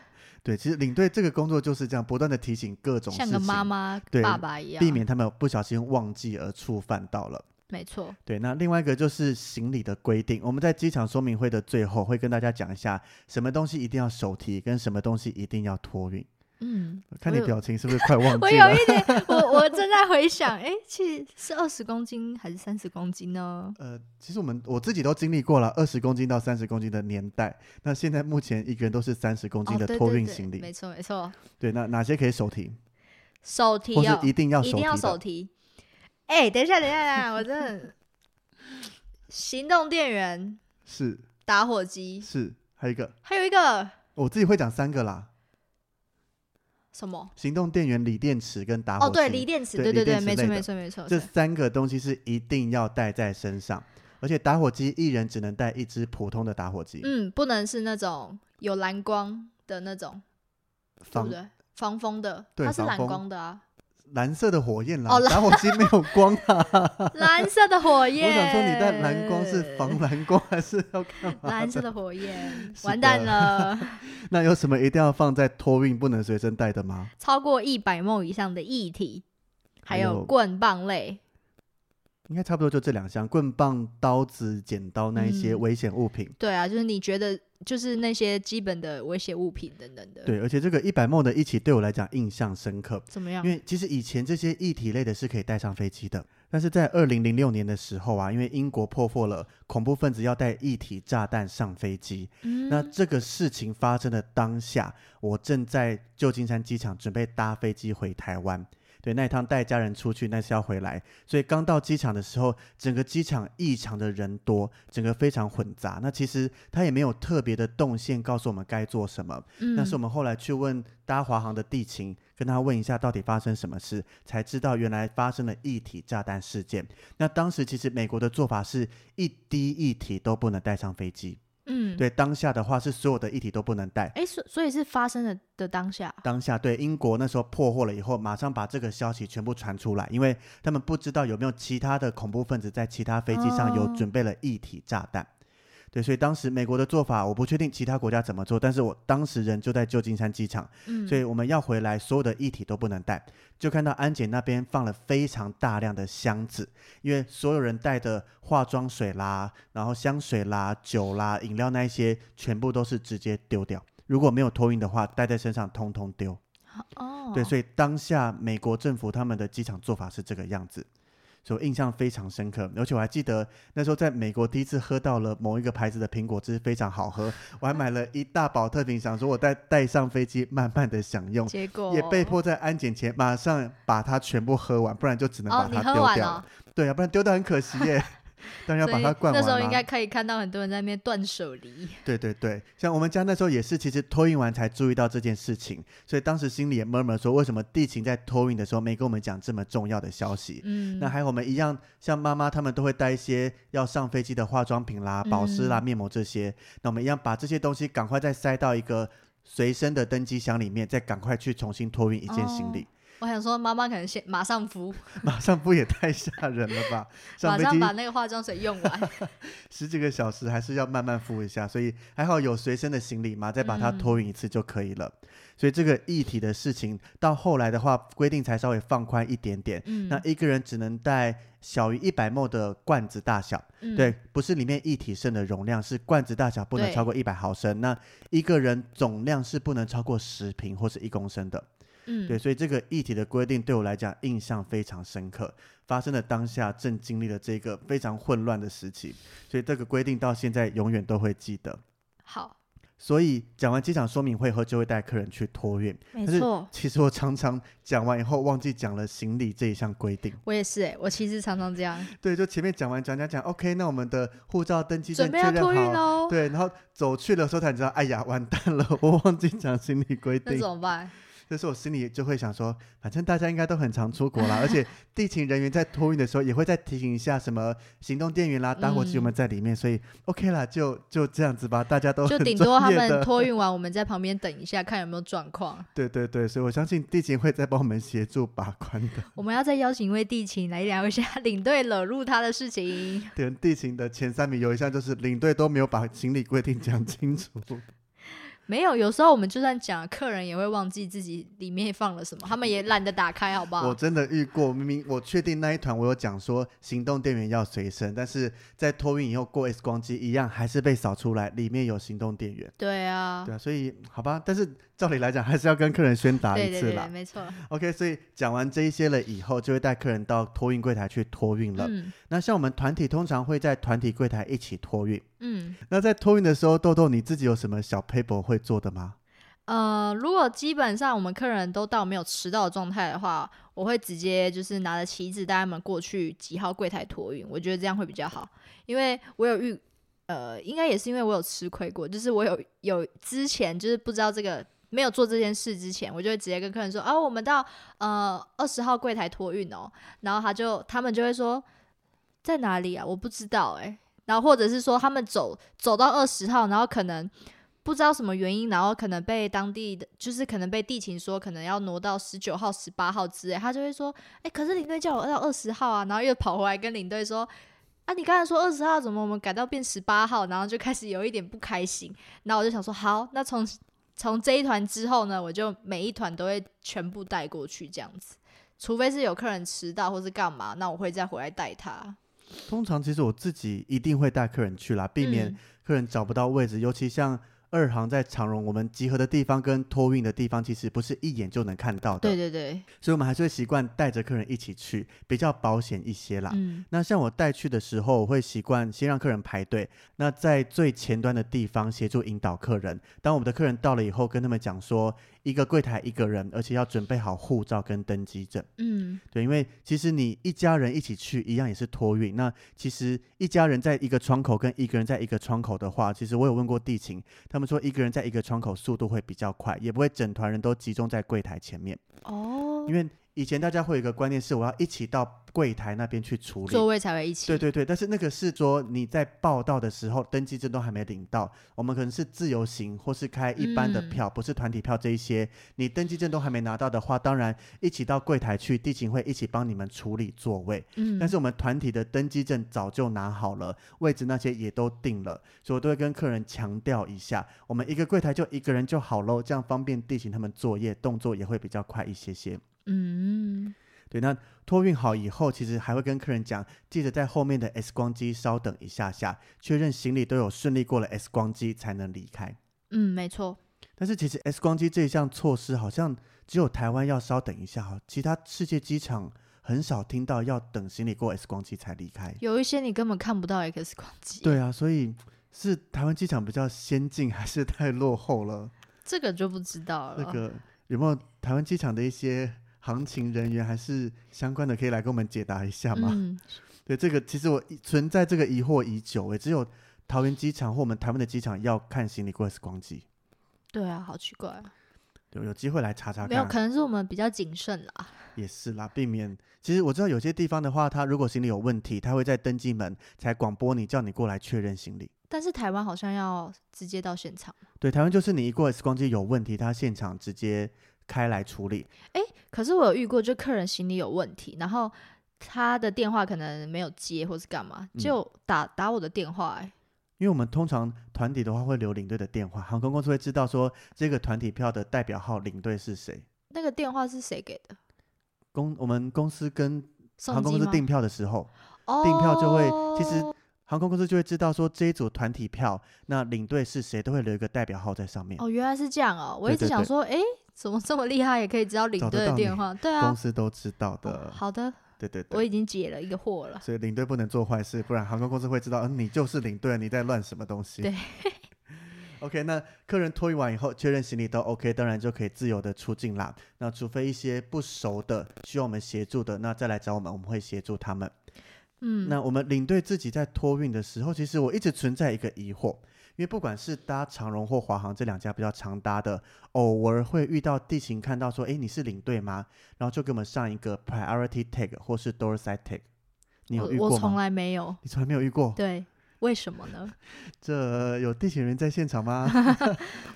Speaker 2: 对，其实领队这个工作就是这样，不断的提醒各种事
Speaker 1: 像个
Speaker 2: 情，
Speaker 1: 妈妈
Speaker 2: 对
Speaker 1: 爸爸一样，
Speaker 2: 避免他们不小心忘记而触犯到了。
Speaker 1: 没错，
Speaker 2: 对，那另外一个就是行李的规定，我们在机场说明会的最后会跟大家讲一下，什么东西一定要手提，跟什么东西一定要托运。
Speaker 1: 嗯，
Speaker 2: 看
Speaker 1: 我
Speaker 2: 你
Speaker 1: 有
Speaker 2: 表情是不是快忘
Speaker 1: 我
Speaker 2: 记
Speaker 1: 有
Speaker 2: 了？
Speaker 1: 一 点，我我正在回想，哎、其实是二十公斤还是三十公斤呢？
Speaker 2: 呃，其实我们我自己都经历过了二十公斤到三十公斤的年代，那现在目前一个人都是三十公斤
Speaker 1: 哦
Speaker 2: 的
Speaker 1: 对
Speaker 2: 托
Speaker 1: 对
Speaker 2: 运
Speaker 1: 对
Speaker 2: 行李。
Speaker 1: 没错没错，
Speaker 2: 对，那哪些可以手提，
Speaker 1: 手提
Speaker 2: 或
Speaker 1: 要
Speaker 2: 是一定要
Speaker 1: 一
Speaker 2: 手
Speaker 1: 定
Speaker 2: 提
Speaker 1: 要
Speaker 2: 的？
Speaker 1: 手提。哎、等一下，等一下，等一下，我真的行动电源、
Speaker 2: 是
Speaker 1: 打火机，
Speaker 2: 是，还有一个
Speaker 1: 还有一个
Speaker 2: 我自己会讲三个啦，
Speaker 1: 什么？
Speaker 2: 行动电源、锂电池跟打火
Speaker 1: 哦，
Speaker 2: 机。
Speaker 1: 对，锂电池，
Speaker 2: 对
Speaker 1: 对
Speaker 2: 锂
Speaker 1: 对对，
Speaker 2: 电池
Speaker 1: 没错
Speaker 2: 类
Speaker 1: 没
Speaker 2: 的
Speaker 1: 错没错。
Speaker 2: 这
Speaker 1: 对
Speaker 2: 三个东西是一定要带在身上，而且打火机一人只能带一支普通的打火机，
Speaker 1: 嗯，不能是那种有蓝光的那种，对
Speaker 2: 防
Speaker 1: 不对？防风的，
Speaker 2: 对
Speaker 1: 它是
Speaker 2: 防
Speaker 1: 蓝
Speaker 2: 风
Speaker 1: 光 的啊，
Speaker 2: 蓝色的火焰啦，
Speaker 1: 哦蓝
Speaker 2: 打火机没有光 啊。
Speaker 1: 蓝色的火
Speaker 2: 我
Speaker 1: 焰。
Speaker 2: 想说，你带蓝光是防蓝光还是要干 嘛？
Speaker 1: 蓝色的火焰，
Speaker 2: 是
Speaker 1: 完
Speaker 2: 的
Speaker 1: 蛋了！
Speaker 2: 那有什么一定要放在托运不能随身带的吗？
Speaker 1: 超过一百梦以上的液体，还
Speaker 2: 还
Speaker 1: 有
Speaker 2: 有
Speaker 1: 棍棒类，
Speaker 2: 应该差不多就这两项，棍棒、刀子、剪刀那一些
Speaker 1: 嗯
Speaker 2: 危险物品。
Speaker 1: 对啊，就是你觉得就是那些基本的危险物品等等的，
Speaker 2: 对，而且这个一百梦的一起对我来讲印象深刻，
Speaker 1: 怎么样
Speaker 2: 因？为其实以前这些液体类的是可以带上飞机的，但是在二零零六年的时候啊，因为英国破获了恐怖分子要带液体炸弹上飞机，
Speaker 1: 嗯
Speaker 2: 那这个事情发生的当下，我正在旧金山机场准备搭飞机回台湾。对，那一趟带家人出去，那是要回来，所以刚到机场的时候，整个机场异常的人多，整个非常混杂。那其实他也没有特别的动线告诉我们该做什么，那是我
Speaker 1: 么？
Speaker 2: 们后来去问搭华航的地勤，跟他问一下到底发生什么事，才知道原来发生了一体炸弹事件。那当时其实美国的做法是一滴一体都不能带上飞机，
Speaker 1: 嗯，。
Speaker 2: 对，当下的话是所有的一体都不能带。
Speaker 1: 哎，所所以是发生的的当下，
Speaker 2: 当下对英国那时候破获了以后，马上把这个消息全部传出来，因为他们不知道有没有其他的恐怖分子在其他飞机上有
Speaker 1: 哦
Speaker 2: 准备了一体炸弹。对，所以当时美国的做法，我不确定其他国家怎么做，但是我当时人就在旧金山机场，
Speaker 1: 嗯，
Speaker 2: 所以我们要回来，所有的液体都不能带。就看到安检那边放了非常大量的箱子，因为所有人带的化妆水啦，然后香水啦、酒啦、饮料那一些，全部都是直接丢掉。如果没有托运的话，带在身上通通丢。
Speaker 1: 哦，
Speaker 2: 对，所以当下美国政府他们的机场做法是这个样子，所以我印象非常深刻。而且我还记得那时候在美国第一次喝到了某一个牌子的苹果汁，非常好喝，我还买了一大包特瓶，想说我带带上飞机慢慢的享用。
Speaker 1: 结果
Speaker 2: 也被迫在安检前马上把它全部喝完，不然就只能把
Speaker 1: 哦，你
Speaker 2: 它
Speaker 1: 喝
Speaker 2: 丢
Speaker 1: 完
Speaker 2: 掉
Speaker 1: 了
Speaker 2: 了。，对啊，不然丢掉很可惜耶。当然要
Speaker 1: 所
Speaker 2: 把
Speaker 1: 以
Speaker 2: 它灌
Speaker 1: 那
Speaker 2: 完
Speaker 1: 时候应
Speaker 2: 啦
Speaker 1: 该可以看到很多人在那边断手梨，
Speaker 2: 对对对，像我们家那时候也是，其实托运完才注意到这件事情，所以当时心里也 murmur 说，为什么地勤在托运的时候没跟我们讲这么重要的消息？
Speaker 1: 嗯，
Speaker 2: 那还有我们一样，像妈妈她们都会带一些要上飞机的化妆品啦、保湿啦、面膜这些，那我们一样把这些东西赶快再塞到一个随身的登机箱里面，再赶快去重新托运一件行李，
Speaker 1: 我想说妈妈可能先马上敷，
Speaker 2: 马上不也太吓人了 吧？上
Speaker 1: 马
Speaker 2: 飞
Speaker 1: 上
Speaker 2: 机
Speaker 1: 把那个化妆水用 完，
Speaker 2: 十几个小时还是要慢慢敷一下，所以还好有随身的行李嘛，再把它
Speaker 1: 嗯
Speaker 2: 托运一次就可以了。所以这个议题的事情到后来的话，规定才稍微放宽一点点。
Speaker 1: 嗯，
Speaker 2: 那一个人只能带小于一百 ml 的罐子大小，
Speaker 1: 嗯
Speaker 2: 对，不是里面一体剩的容量，是罐子大小不能
Speaker 1: 对
Speaker 2: 超过一百毫升。那一个人总量是不能超过十瓶或是一公升的。
Speaker 1: 嗯
Speaker 2: 对，所以这个议题的规定对我来讲印象非常深刻。发生的当下，正经历了这个非常混乱的时期，所以这个规定到现在永远都会记得。
Speaker 1: 好，
Speaker 2: 所以讲完机场说明会后，就会带客人去托运。
Speaker 1: 没
Speaker 2: 但是
Speaker 1: 错，
Speaker 2: 其实我常常讲完以后忘记讲了行李这一项规 定。
Speaker 1: 我也是哎、我其实常常这样，
Speaker 2: 对，就前面讲完讲讲讲，OK，那我们的护照登记证
Speaker 1: 准备
Speaker 2: 确
Speaker 1: 要
Speaker 2: 认
Speaker 1: 托运
Speaker 2: 好。
Speaker 1: 哦，
Speaker 2: 对，然后走去的时候才知道，哎呀，完蛋了，我忘记讲行李规
Speaker 1: 那
Speaker 2: 定
Speaker 1: 怎。么办？
Speaker 2: 这时候我心里就会想说，反正大家应该都很常出国 啦，而且地勤人员在托运的时候也会再提醒一下什么行动电源啦、打火机有没有在里面，所以 OK 啦，就就这样子吧，大家都
Speaker 1: 就
Speaker 2: 很
Speaker 1: 顶多他
Speaker 2: 专业
Speaker 1: 们
Speaker 2: 的。
Speaker 1: 托运完，我们在旁边等一下，看有没有状况。
Speaker 2: 对对对，所以我相信地勤会再帮我们协助把关的。
Speaker 1: 我们要再邀请一位地勤来聊一下 领队惹怒他的事情。
Speaker 2: 对，地勤的前三名有一项就是领队都没有把行李规定讲清 楚。
Speaker 1: 没有，有时候我们就算讲，客人也会忘记自己里面放了什么，他们也懒得打开，好不
Speaker 2: 我
Speaker 1: 好？
Speaker 2: 真的遇过，明明我确定那一团我有讲说行动电源要随身，但是在托运以后过 X 光机一样还是被扫出来里面有行动电源。
Speaker 1: 对啊，
Speaker 2: 对啊，所以好吧，但是照理来讲，还是要跟客人宣达
Speaker 1: 对
Speaker 2: 一
Speaker 1: 对
Speaker 2: 次
Speaker 1: 对
Speaker 2: 啦。
Speaker 1: 没错。
Speaker 2: OK，所以讲完这一些了以后，就会带客人到托运柜台去托运了。
Speaker 1: 嗯
Speaker 2: 那像我们团体通常会在团体柜台一起托运。
Speaker 1: 嗯
Speaker 2: 那在托运的时候，豆豆你自己有什么小 paper 会做的吗？
Speaker 1: 呃，如果基本上我们客人都到没有迟到的状态的话，我会直接就是拿着旗子带他们过去几号柜台托运，我觉得这样会比较好，因为我有遇。呃，应该也是因为我有吃亏过，就是我有有之前就是不知道这个没有做这件事之前，我就会直接跟客人说啊，我们到呃二十号柜台托运哦，然后他就他们就会说在哪里啊，我不知道哎、然后或者是说他们走走到二十号，然后可能不知道什么原因，然后可能被当地的，就是可能被地勤说可能要挪到十九号、十八号之类，他就会说，哎、可是领队叫我到二十号啊，然后又跑回来跟领队说，啊，你刚才说二十号，怎么我们改到变十八号？然后就开始有一点不开心，然后我就想说，好，那从从这一团之后呢，我就每一团都会全部带过去这样子。除非是有客人迟到或是干嘛，那我会再回来带他。
Speaker 2: 通常其实我自己一定会带客人去啦，避免
Speaker 1: 嗯
Speaker 2: 客人找不到位置，尤其像。二航在长荣，我们集合的地方跟托运的地方其实不是一眼就能看到的，
Speaker 1: 对对对，
Speaker 2: 所以我们还是会习惯带着客人一起去，比较保险一些啦。
Speaker 1: 嗯
Speaker 2: 那像我带去的时候，我会习惯先让客人排队，那在最前端的地方协助引导客人。当我们的客人到了以后，跟他们讲说，一个柜台一个人，而且要准备好护照跟登机证。
Speaker 1: 嗯，
Speaker 2: 对，因为其实你一家人一起去，一样也是托运。那其实一家人在一个窗口跟一个人在一个窗口的话，其实我有问过地勤，他们说一个人在一个窗口速度会比较快，也不会整团人都集中在柜台前面，
Speaker 1: 哦
Speaker 2: 因，为。以前大家会有一个观念是，我要一起到柜台那边去处理，
Speaker 1: 座位才会一起。
Speaker 2: 对对对，但是那个是说你在报到的时候，登记证都还没领到，我们可能是自由行或是开一般的
Speaker 1: 嗯
Speaker 2: 票，不是团体票这一些，你登记证都还没拿到的话，当然一起到柜台去，地勤会一起帮你们处理座位。
Speaker 1: 嗯，
Speaker 2: 但是我们团体的登记证早就拿好了，位置那些也都定了，所以我都会跟客人强调一下，我们一个柜台就一个人就好喽，这样方便地勤他们作业动作也会比较快一些些。
Speaker 1: 嗯，
Speaker 2: 对，那托运好以后，其实还会跟客人讲，记得在后面的 X 光机稍等一下下，确认行李都有顺利过了 X 光机才能离开。
Speaker 1: 嗯，没错，
Speaker 2: 但是其实 X 光机这一项措施好像只有台湾要稍等一下哈，其他世界机场很少听到要等行李过 X 光机才离开。
Speaker 1: 有一些你根本看不到 X 光机。，
Speaker 2: 对啊，所以是台湾机场比较先进，还是太落后了？
Speaker 1: 这个就不知道了。
Speaker 2: 那个有没有台湾机场的一些行情人员还是相关的可以来跟我们解答一下吗？
Speaker 1: 嗯，
Speaker 2: 对对这个，其实我一存在这个疑惑已久，诶，只有桃园机场或我们台湾的机场要看行李 X 光机，
Speaker 1: 对啊，好奇怪啊、
Speaker 2: 对，有机会来查查
Speaker 1: 没有，
Speaker 2: 看，
Speaker 1: 可能是我们比较谨慎啦。
Speaker 2: 也是啦，避免。其实我知道有些地方的话，他如果行李有问题，他会在登记门才广播你，叫你过来确认行李。
Speaker 1: 但是台湾好像要直接到现场，
Speaker 2: 对，台湾就是你一过 X 光机有问题，他现场直接开来处理。
Speaker 1: 可是我有遇过，就客人行李有问题，然后他的电话可能没有接或是干嘛，
Speaker 2: 嗯
Speaker 1: 就打、打我的电话、欸，
Speaker 2: 因为我们通常团体的话会留领队的电话，航空公司会知道说这个团体票的代表号领队是谁。
Speaker 1: 那个电话是谁给的？
Speaker 2: 公我们公司跟
Speaker 1: 送
Speaker 2: 航空
Speaker 1: 机
Speaker 2: 公司
Speaker 1: 吗？
Speaker 2: 订票的时候，
Speaker 1: 哦、
Speaker 2: 订票就会其实航空公司就会知道说这一组团体票，那领队是谁，都会留一个代表号在上面。
Speaker 1: 哦，原来是这样哦，我一
Speaker 2: 对
Speaker 1: 直
Speaker 2: 对
Speaker 1: 想
Speaker 2: 对
Speaker 1: 说，诶，怎么这么厉害，也可以知道领
Speaker 2: 找得
Speaker 1: 队的
Speaker 2: 到
Speaker 1: 电
Speaker 2: 你
Speaker 1: 话？对
Speaker 2: 公
Speaker 1: 啊，
Speaker 2: 司都知道的，
Speaker 1: 哦好的，
Speaker 2: 对对对。
Speaker 1: 我已经解了一个惑了。
Speaker 2: 所以领队不能做坏事，不然航空公司会知道，嗯、你就是领队，你在乱什么东西。
Speaker 1: 对。
Speaker 2: OK，那客人托运完以后，确认行李都 OK，当然就可以自由的出境啦。那除非一些不熟的需要我们协助的，那再来找我们，我们会协助他们。
Speaker 1: 嗯，
Speaker 2: 那我们领队自己在托运的时候，其实我一直存在一个疑惑，因为不管是搭长荣或华航这两家比较常搭的，偶尔会遇到地勤看到说，诶，你是领队吗？然后就给我们上一个 priority tag 或是 door side tag。你有遇
Speaker 1: 我
Speaker 2: 过吗
Speaker 1: 我从？来没有，
Speaker 2: 你从来没有遇过？
Speaker 1: 对，为什么呢？
Speaker 2: 这有地勤人在现场吗？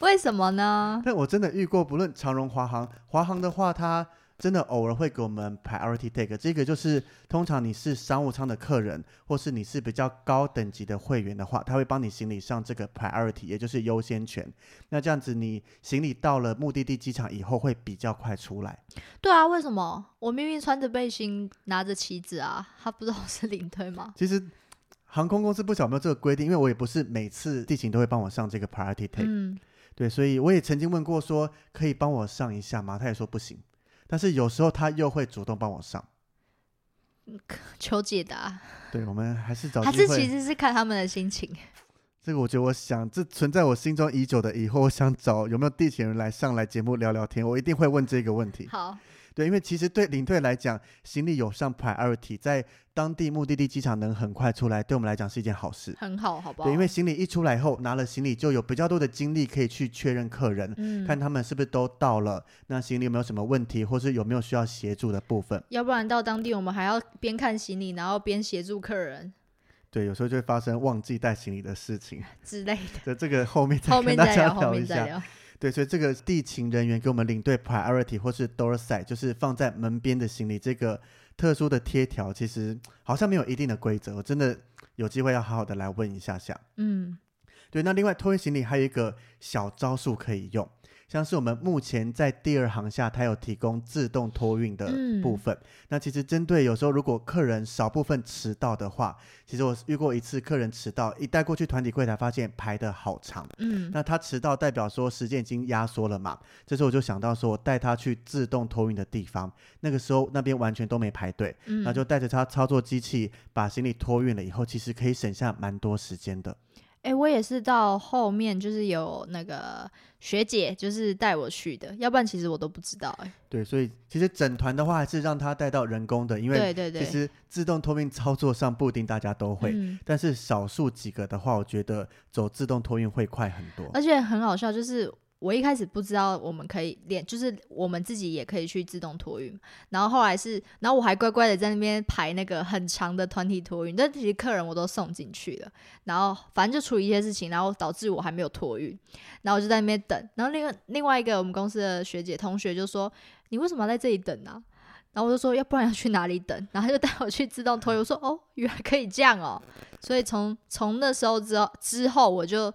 Speaker 1: 为什么呢？
Speaker 2: 但我真的遇过，不论长荣、华航，华航的话，它真的偶尔会给我们 priority take。这个就是通常你是商务舱的客人，或是你是比较高等级的会员的话，他会帮你行李上这个 priority，也就是优先权。那这样子，你行李到了目的地机场以后，会比较快出来。
Speaker 1: 对啊，为什么？我明明穿着背心，拿着旗子啊，他不知道我是领队吗？
Speaker 2: 其实航空公司不晓得有没有这个规定，因为我也不是每次地勤都会帮我上这个 priority take。
Speaker 1: 嗯，
Speaker 2: 对，所以我也曾经问过说，可以帮我上一下吗？他也说不行。但是有时候他又会主动帮我上，
Speaker 1: 求解答，
Speaker 2: 对我们还是找
Speaker 1: 还
Speaker 2: 机
Speaker 1: 是其
Speaker 2: 会。
Speaker 1: 实是看他们的心情。
Speaker 2: 这个我觉得，我想这存在我心中已久的疑惑，我想找有没有地勤人来上来节目聊聊天，我一定会问这个问题。
Speaker 1: 好，
Speaker 2: 对，因为其实对领队来讲，行李有上 priority，在当地目的地机场能很快出来，对我们来讲是一件好事。
Speaker 1: 很好，好不好？
Speaker 2: 对，因为行李一出来后，拿了行李就有比较多的精力可以去确认客人，
Speaker 1: 嗯，
Speaker 2: 看他们是不是都到了，那行李有没有什么问题，或是有没有需要协助的部分。
Speaker 1: 要不然到当地我们还要边看行李，然后边协助客人
Speaker 2: 对，有时候就会发生忘记带行李的事情，
Speaker 1: 之类的。
Speaker 2: 这这个后面再
Speaker 1: 后
Speaker 2: 跟
Speaker 1: 面
Speaker 2: 大
Speaker 1: 再
Speaker 2: 家
Speaker 1: 聊，后面
Speaker 2: 一
Speaker 1: 再
Speaker 2: 下。
Speaker 1: 聊。
Speaker 2: 对，所以这个地勤人员给我们领队 priority 或是 door side，就是放在门边的行李这个特殊的贴条，其实好像没有一定的规则，我真的有机会要好好的来问一下下。
Speaker 1: 嗯，
Speaker 2: 对，那另外托运行李还有一个小招数可以用，像是我们目前在第二行下，它有提供自动托运的
Speaker 1: 嗯
Speaker 2: 部分。那其实针对有时候如果客人少部分迟到的话，其实我遇过一次客人迟到，一带过去团体柜台，发现排的好长。
Speaker 1: 嗯，
Speaker 2: 那他迟到代表说时间已经压缩了嘛？这时候我就想到说，我带他去自动托运的地方，那个时候那边完全都没排队，
Speaker 1: 嗯
Speaker 2: 那就带着他操作机器把行李托运了以后，其实可以省下蛮多时间的。
Speaker 1: 哎、我也是到后面就是有那个学姐就是带我去的，要不然其实我都不知道哎、
Speaker 2: 对，所以其实整团的话还是让他带到人工的，因为
Speaker 1: 对对对，
Speaker 2: 其实自动托运操作上不一定大家都会，
Speaker 1: 嗯，
Speaker 2: 但是少数几个的话，我觉得走自动托运会快很多。
Speaker 1: 而且很好笑，就是我一开始不知道我们可以连，就是我们自己也可以去自动托运，然后后来是，然后我还乖乖的在那边排那个很长的团体托运，但其实客人我都送进去了，然后反正就处理一些事情，然后导致我还没有托运，然后我就在那边等，然后另外另外一个我们公司的学姐同学就说：“你为什么要在这里等啊？”然后我就说，要不然要去哪里等？然后他就带我去自动托运。我说，哦，原来可以这样哦。所以从从那时候之后之后，我就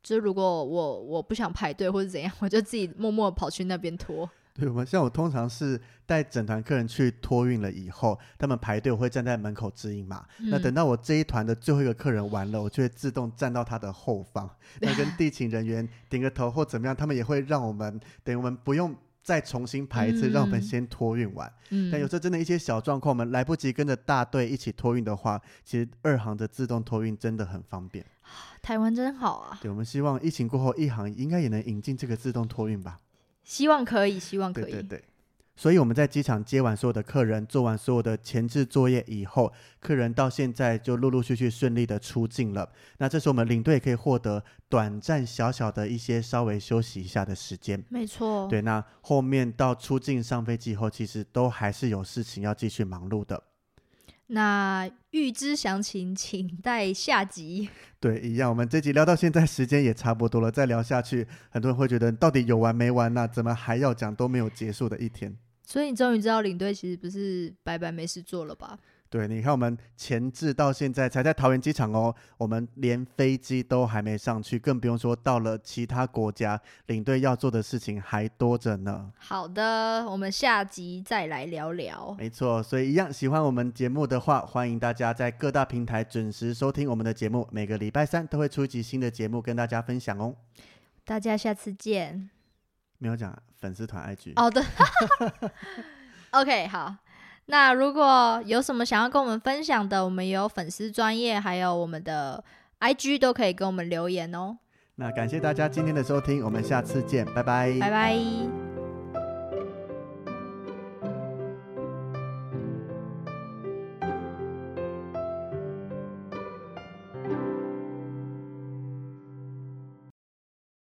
Speaker 1: 就如果我我不想排队或者怎样，我就自己默默地跑去那边拖。
Speaker 2: 对我们像我通常是带整团客人去托运了以后，他们排队我会站在门口指引嘛。那
Speaker 1: 嗯
Speaker 2: 等到我这一团的最后一个客人完了，我就会自动站到他的后 方，那跟地勤人员点个头或怎么样，他们也会让我们等于我们不用再重新排一次，让我们
Speaker 1: 嗯
Speaker 2: 先托运完。
Speaker 1: 嗯
Speaker 2: 但有时候真的一些小状况，我们来不及跟着大队一起托运的话，其实二行的自动托运真的很方便。
Speaker 1: 嗯台湾真好啊，
Speaker 2: 对，我们希望疫情过后，一行应该也能引进这个自动托运吧？
Speaker 1: 希望可以，希望可
Speaker 2: 对
Speaker 1: 以。
Speaker 2: 对对。所以我们在机场接完所有的客人，做完所有的前置作业以后，客人到现在就陆陆续续顺利的出境了。那这时候我们领队也可以获得短暂小小的一些稍微休息一下的时间。
Speaker 1: 没错，
Speaker 2: 对，那后面到出境上飞机以后，其实都还是有事情要继续忙碌的。
Speaker 1: 那预知详情，请待下集。
Speaker 2: 对，一样。我们这集聊到现在，时间也差不多了，再聊下去，很多人会觉得到底有完没完呐、啊怎么还要讲都没有结束的一天？
Speaker 1: 所以你终于知道领队其实不是白白没事做了吧？
Speaker 2: 对，你看我们前置到现在才在桃园机场哦，我们连飞机都还没上去，更不用说到了其他国家，领队要做的事情还多着呢。
Speaker 1: 好的，我们下集再来聊聊。
Speaker 2: 没错，所以一样喜欢我们节目的话，欢迎大家在各大平台准时收听我们的节目，每个礼拜三都会出一集新的节目跟大家分享哦。
Speaker 1: 大家下次见。
Speaker 2: 没有讲粉丝团 IG，、
Speaker 1: 好的哦，OK，好。那如果有什么想要跟我们分享的，我们有粉丝专业，还有我们的 IG 都可以跟我们留言哦。
Speaker 2: 那感谢大家今天的收听，我们下次见，拜拜
Speaker 1: 拜拜。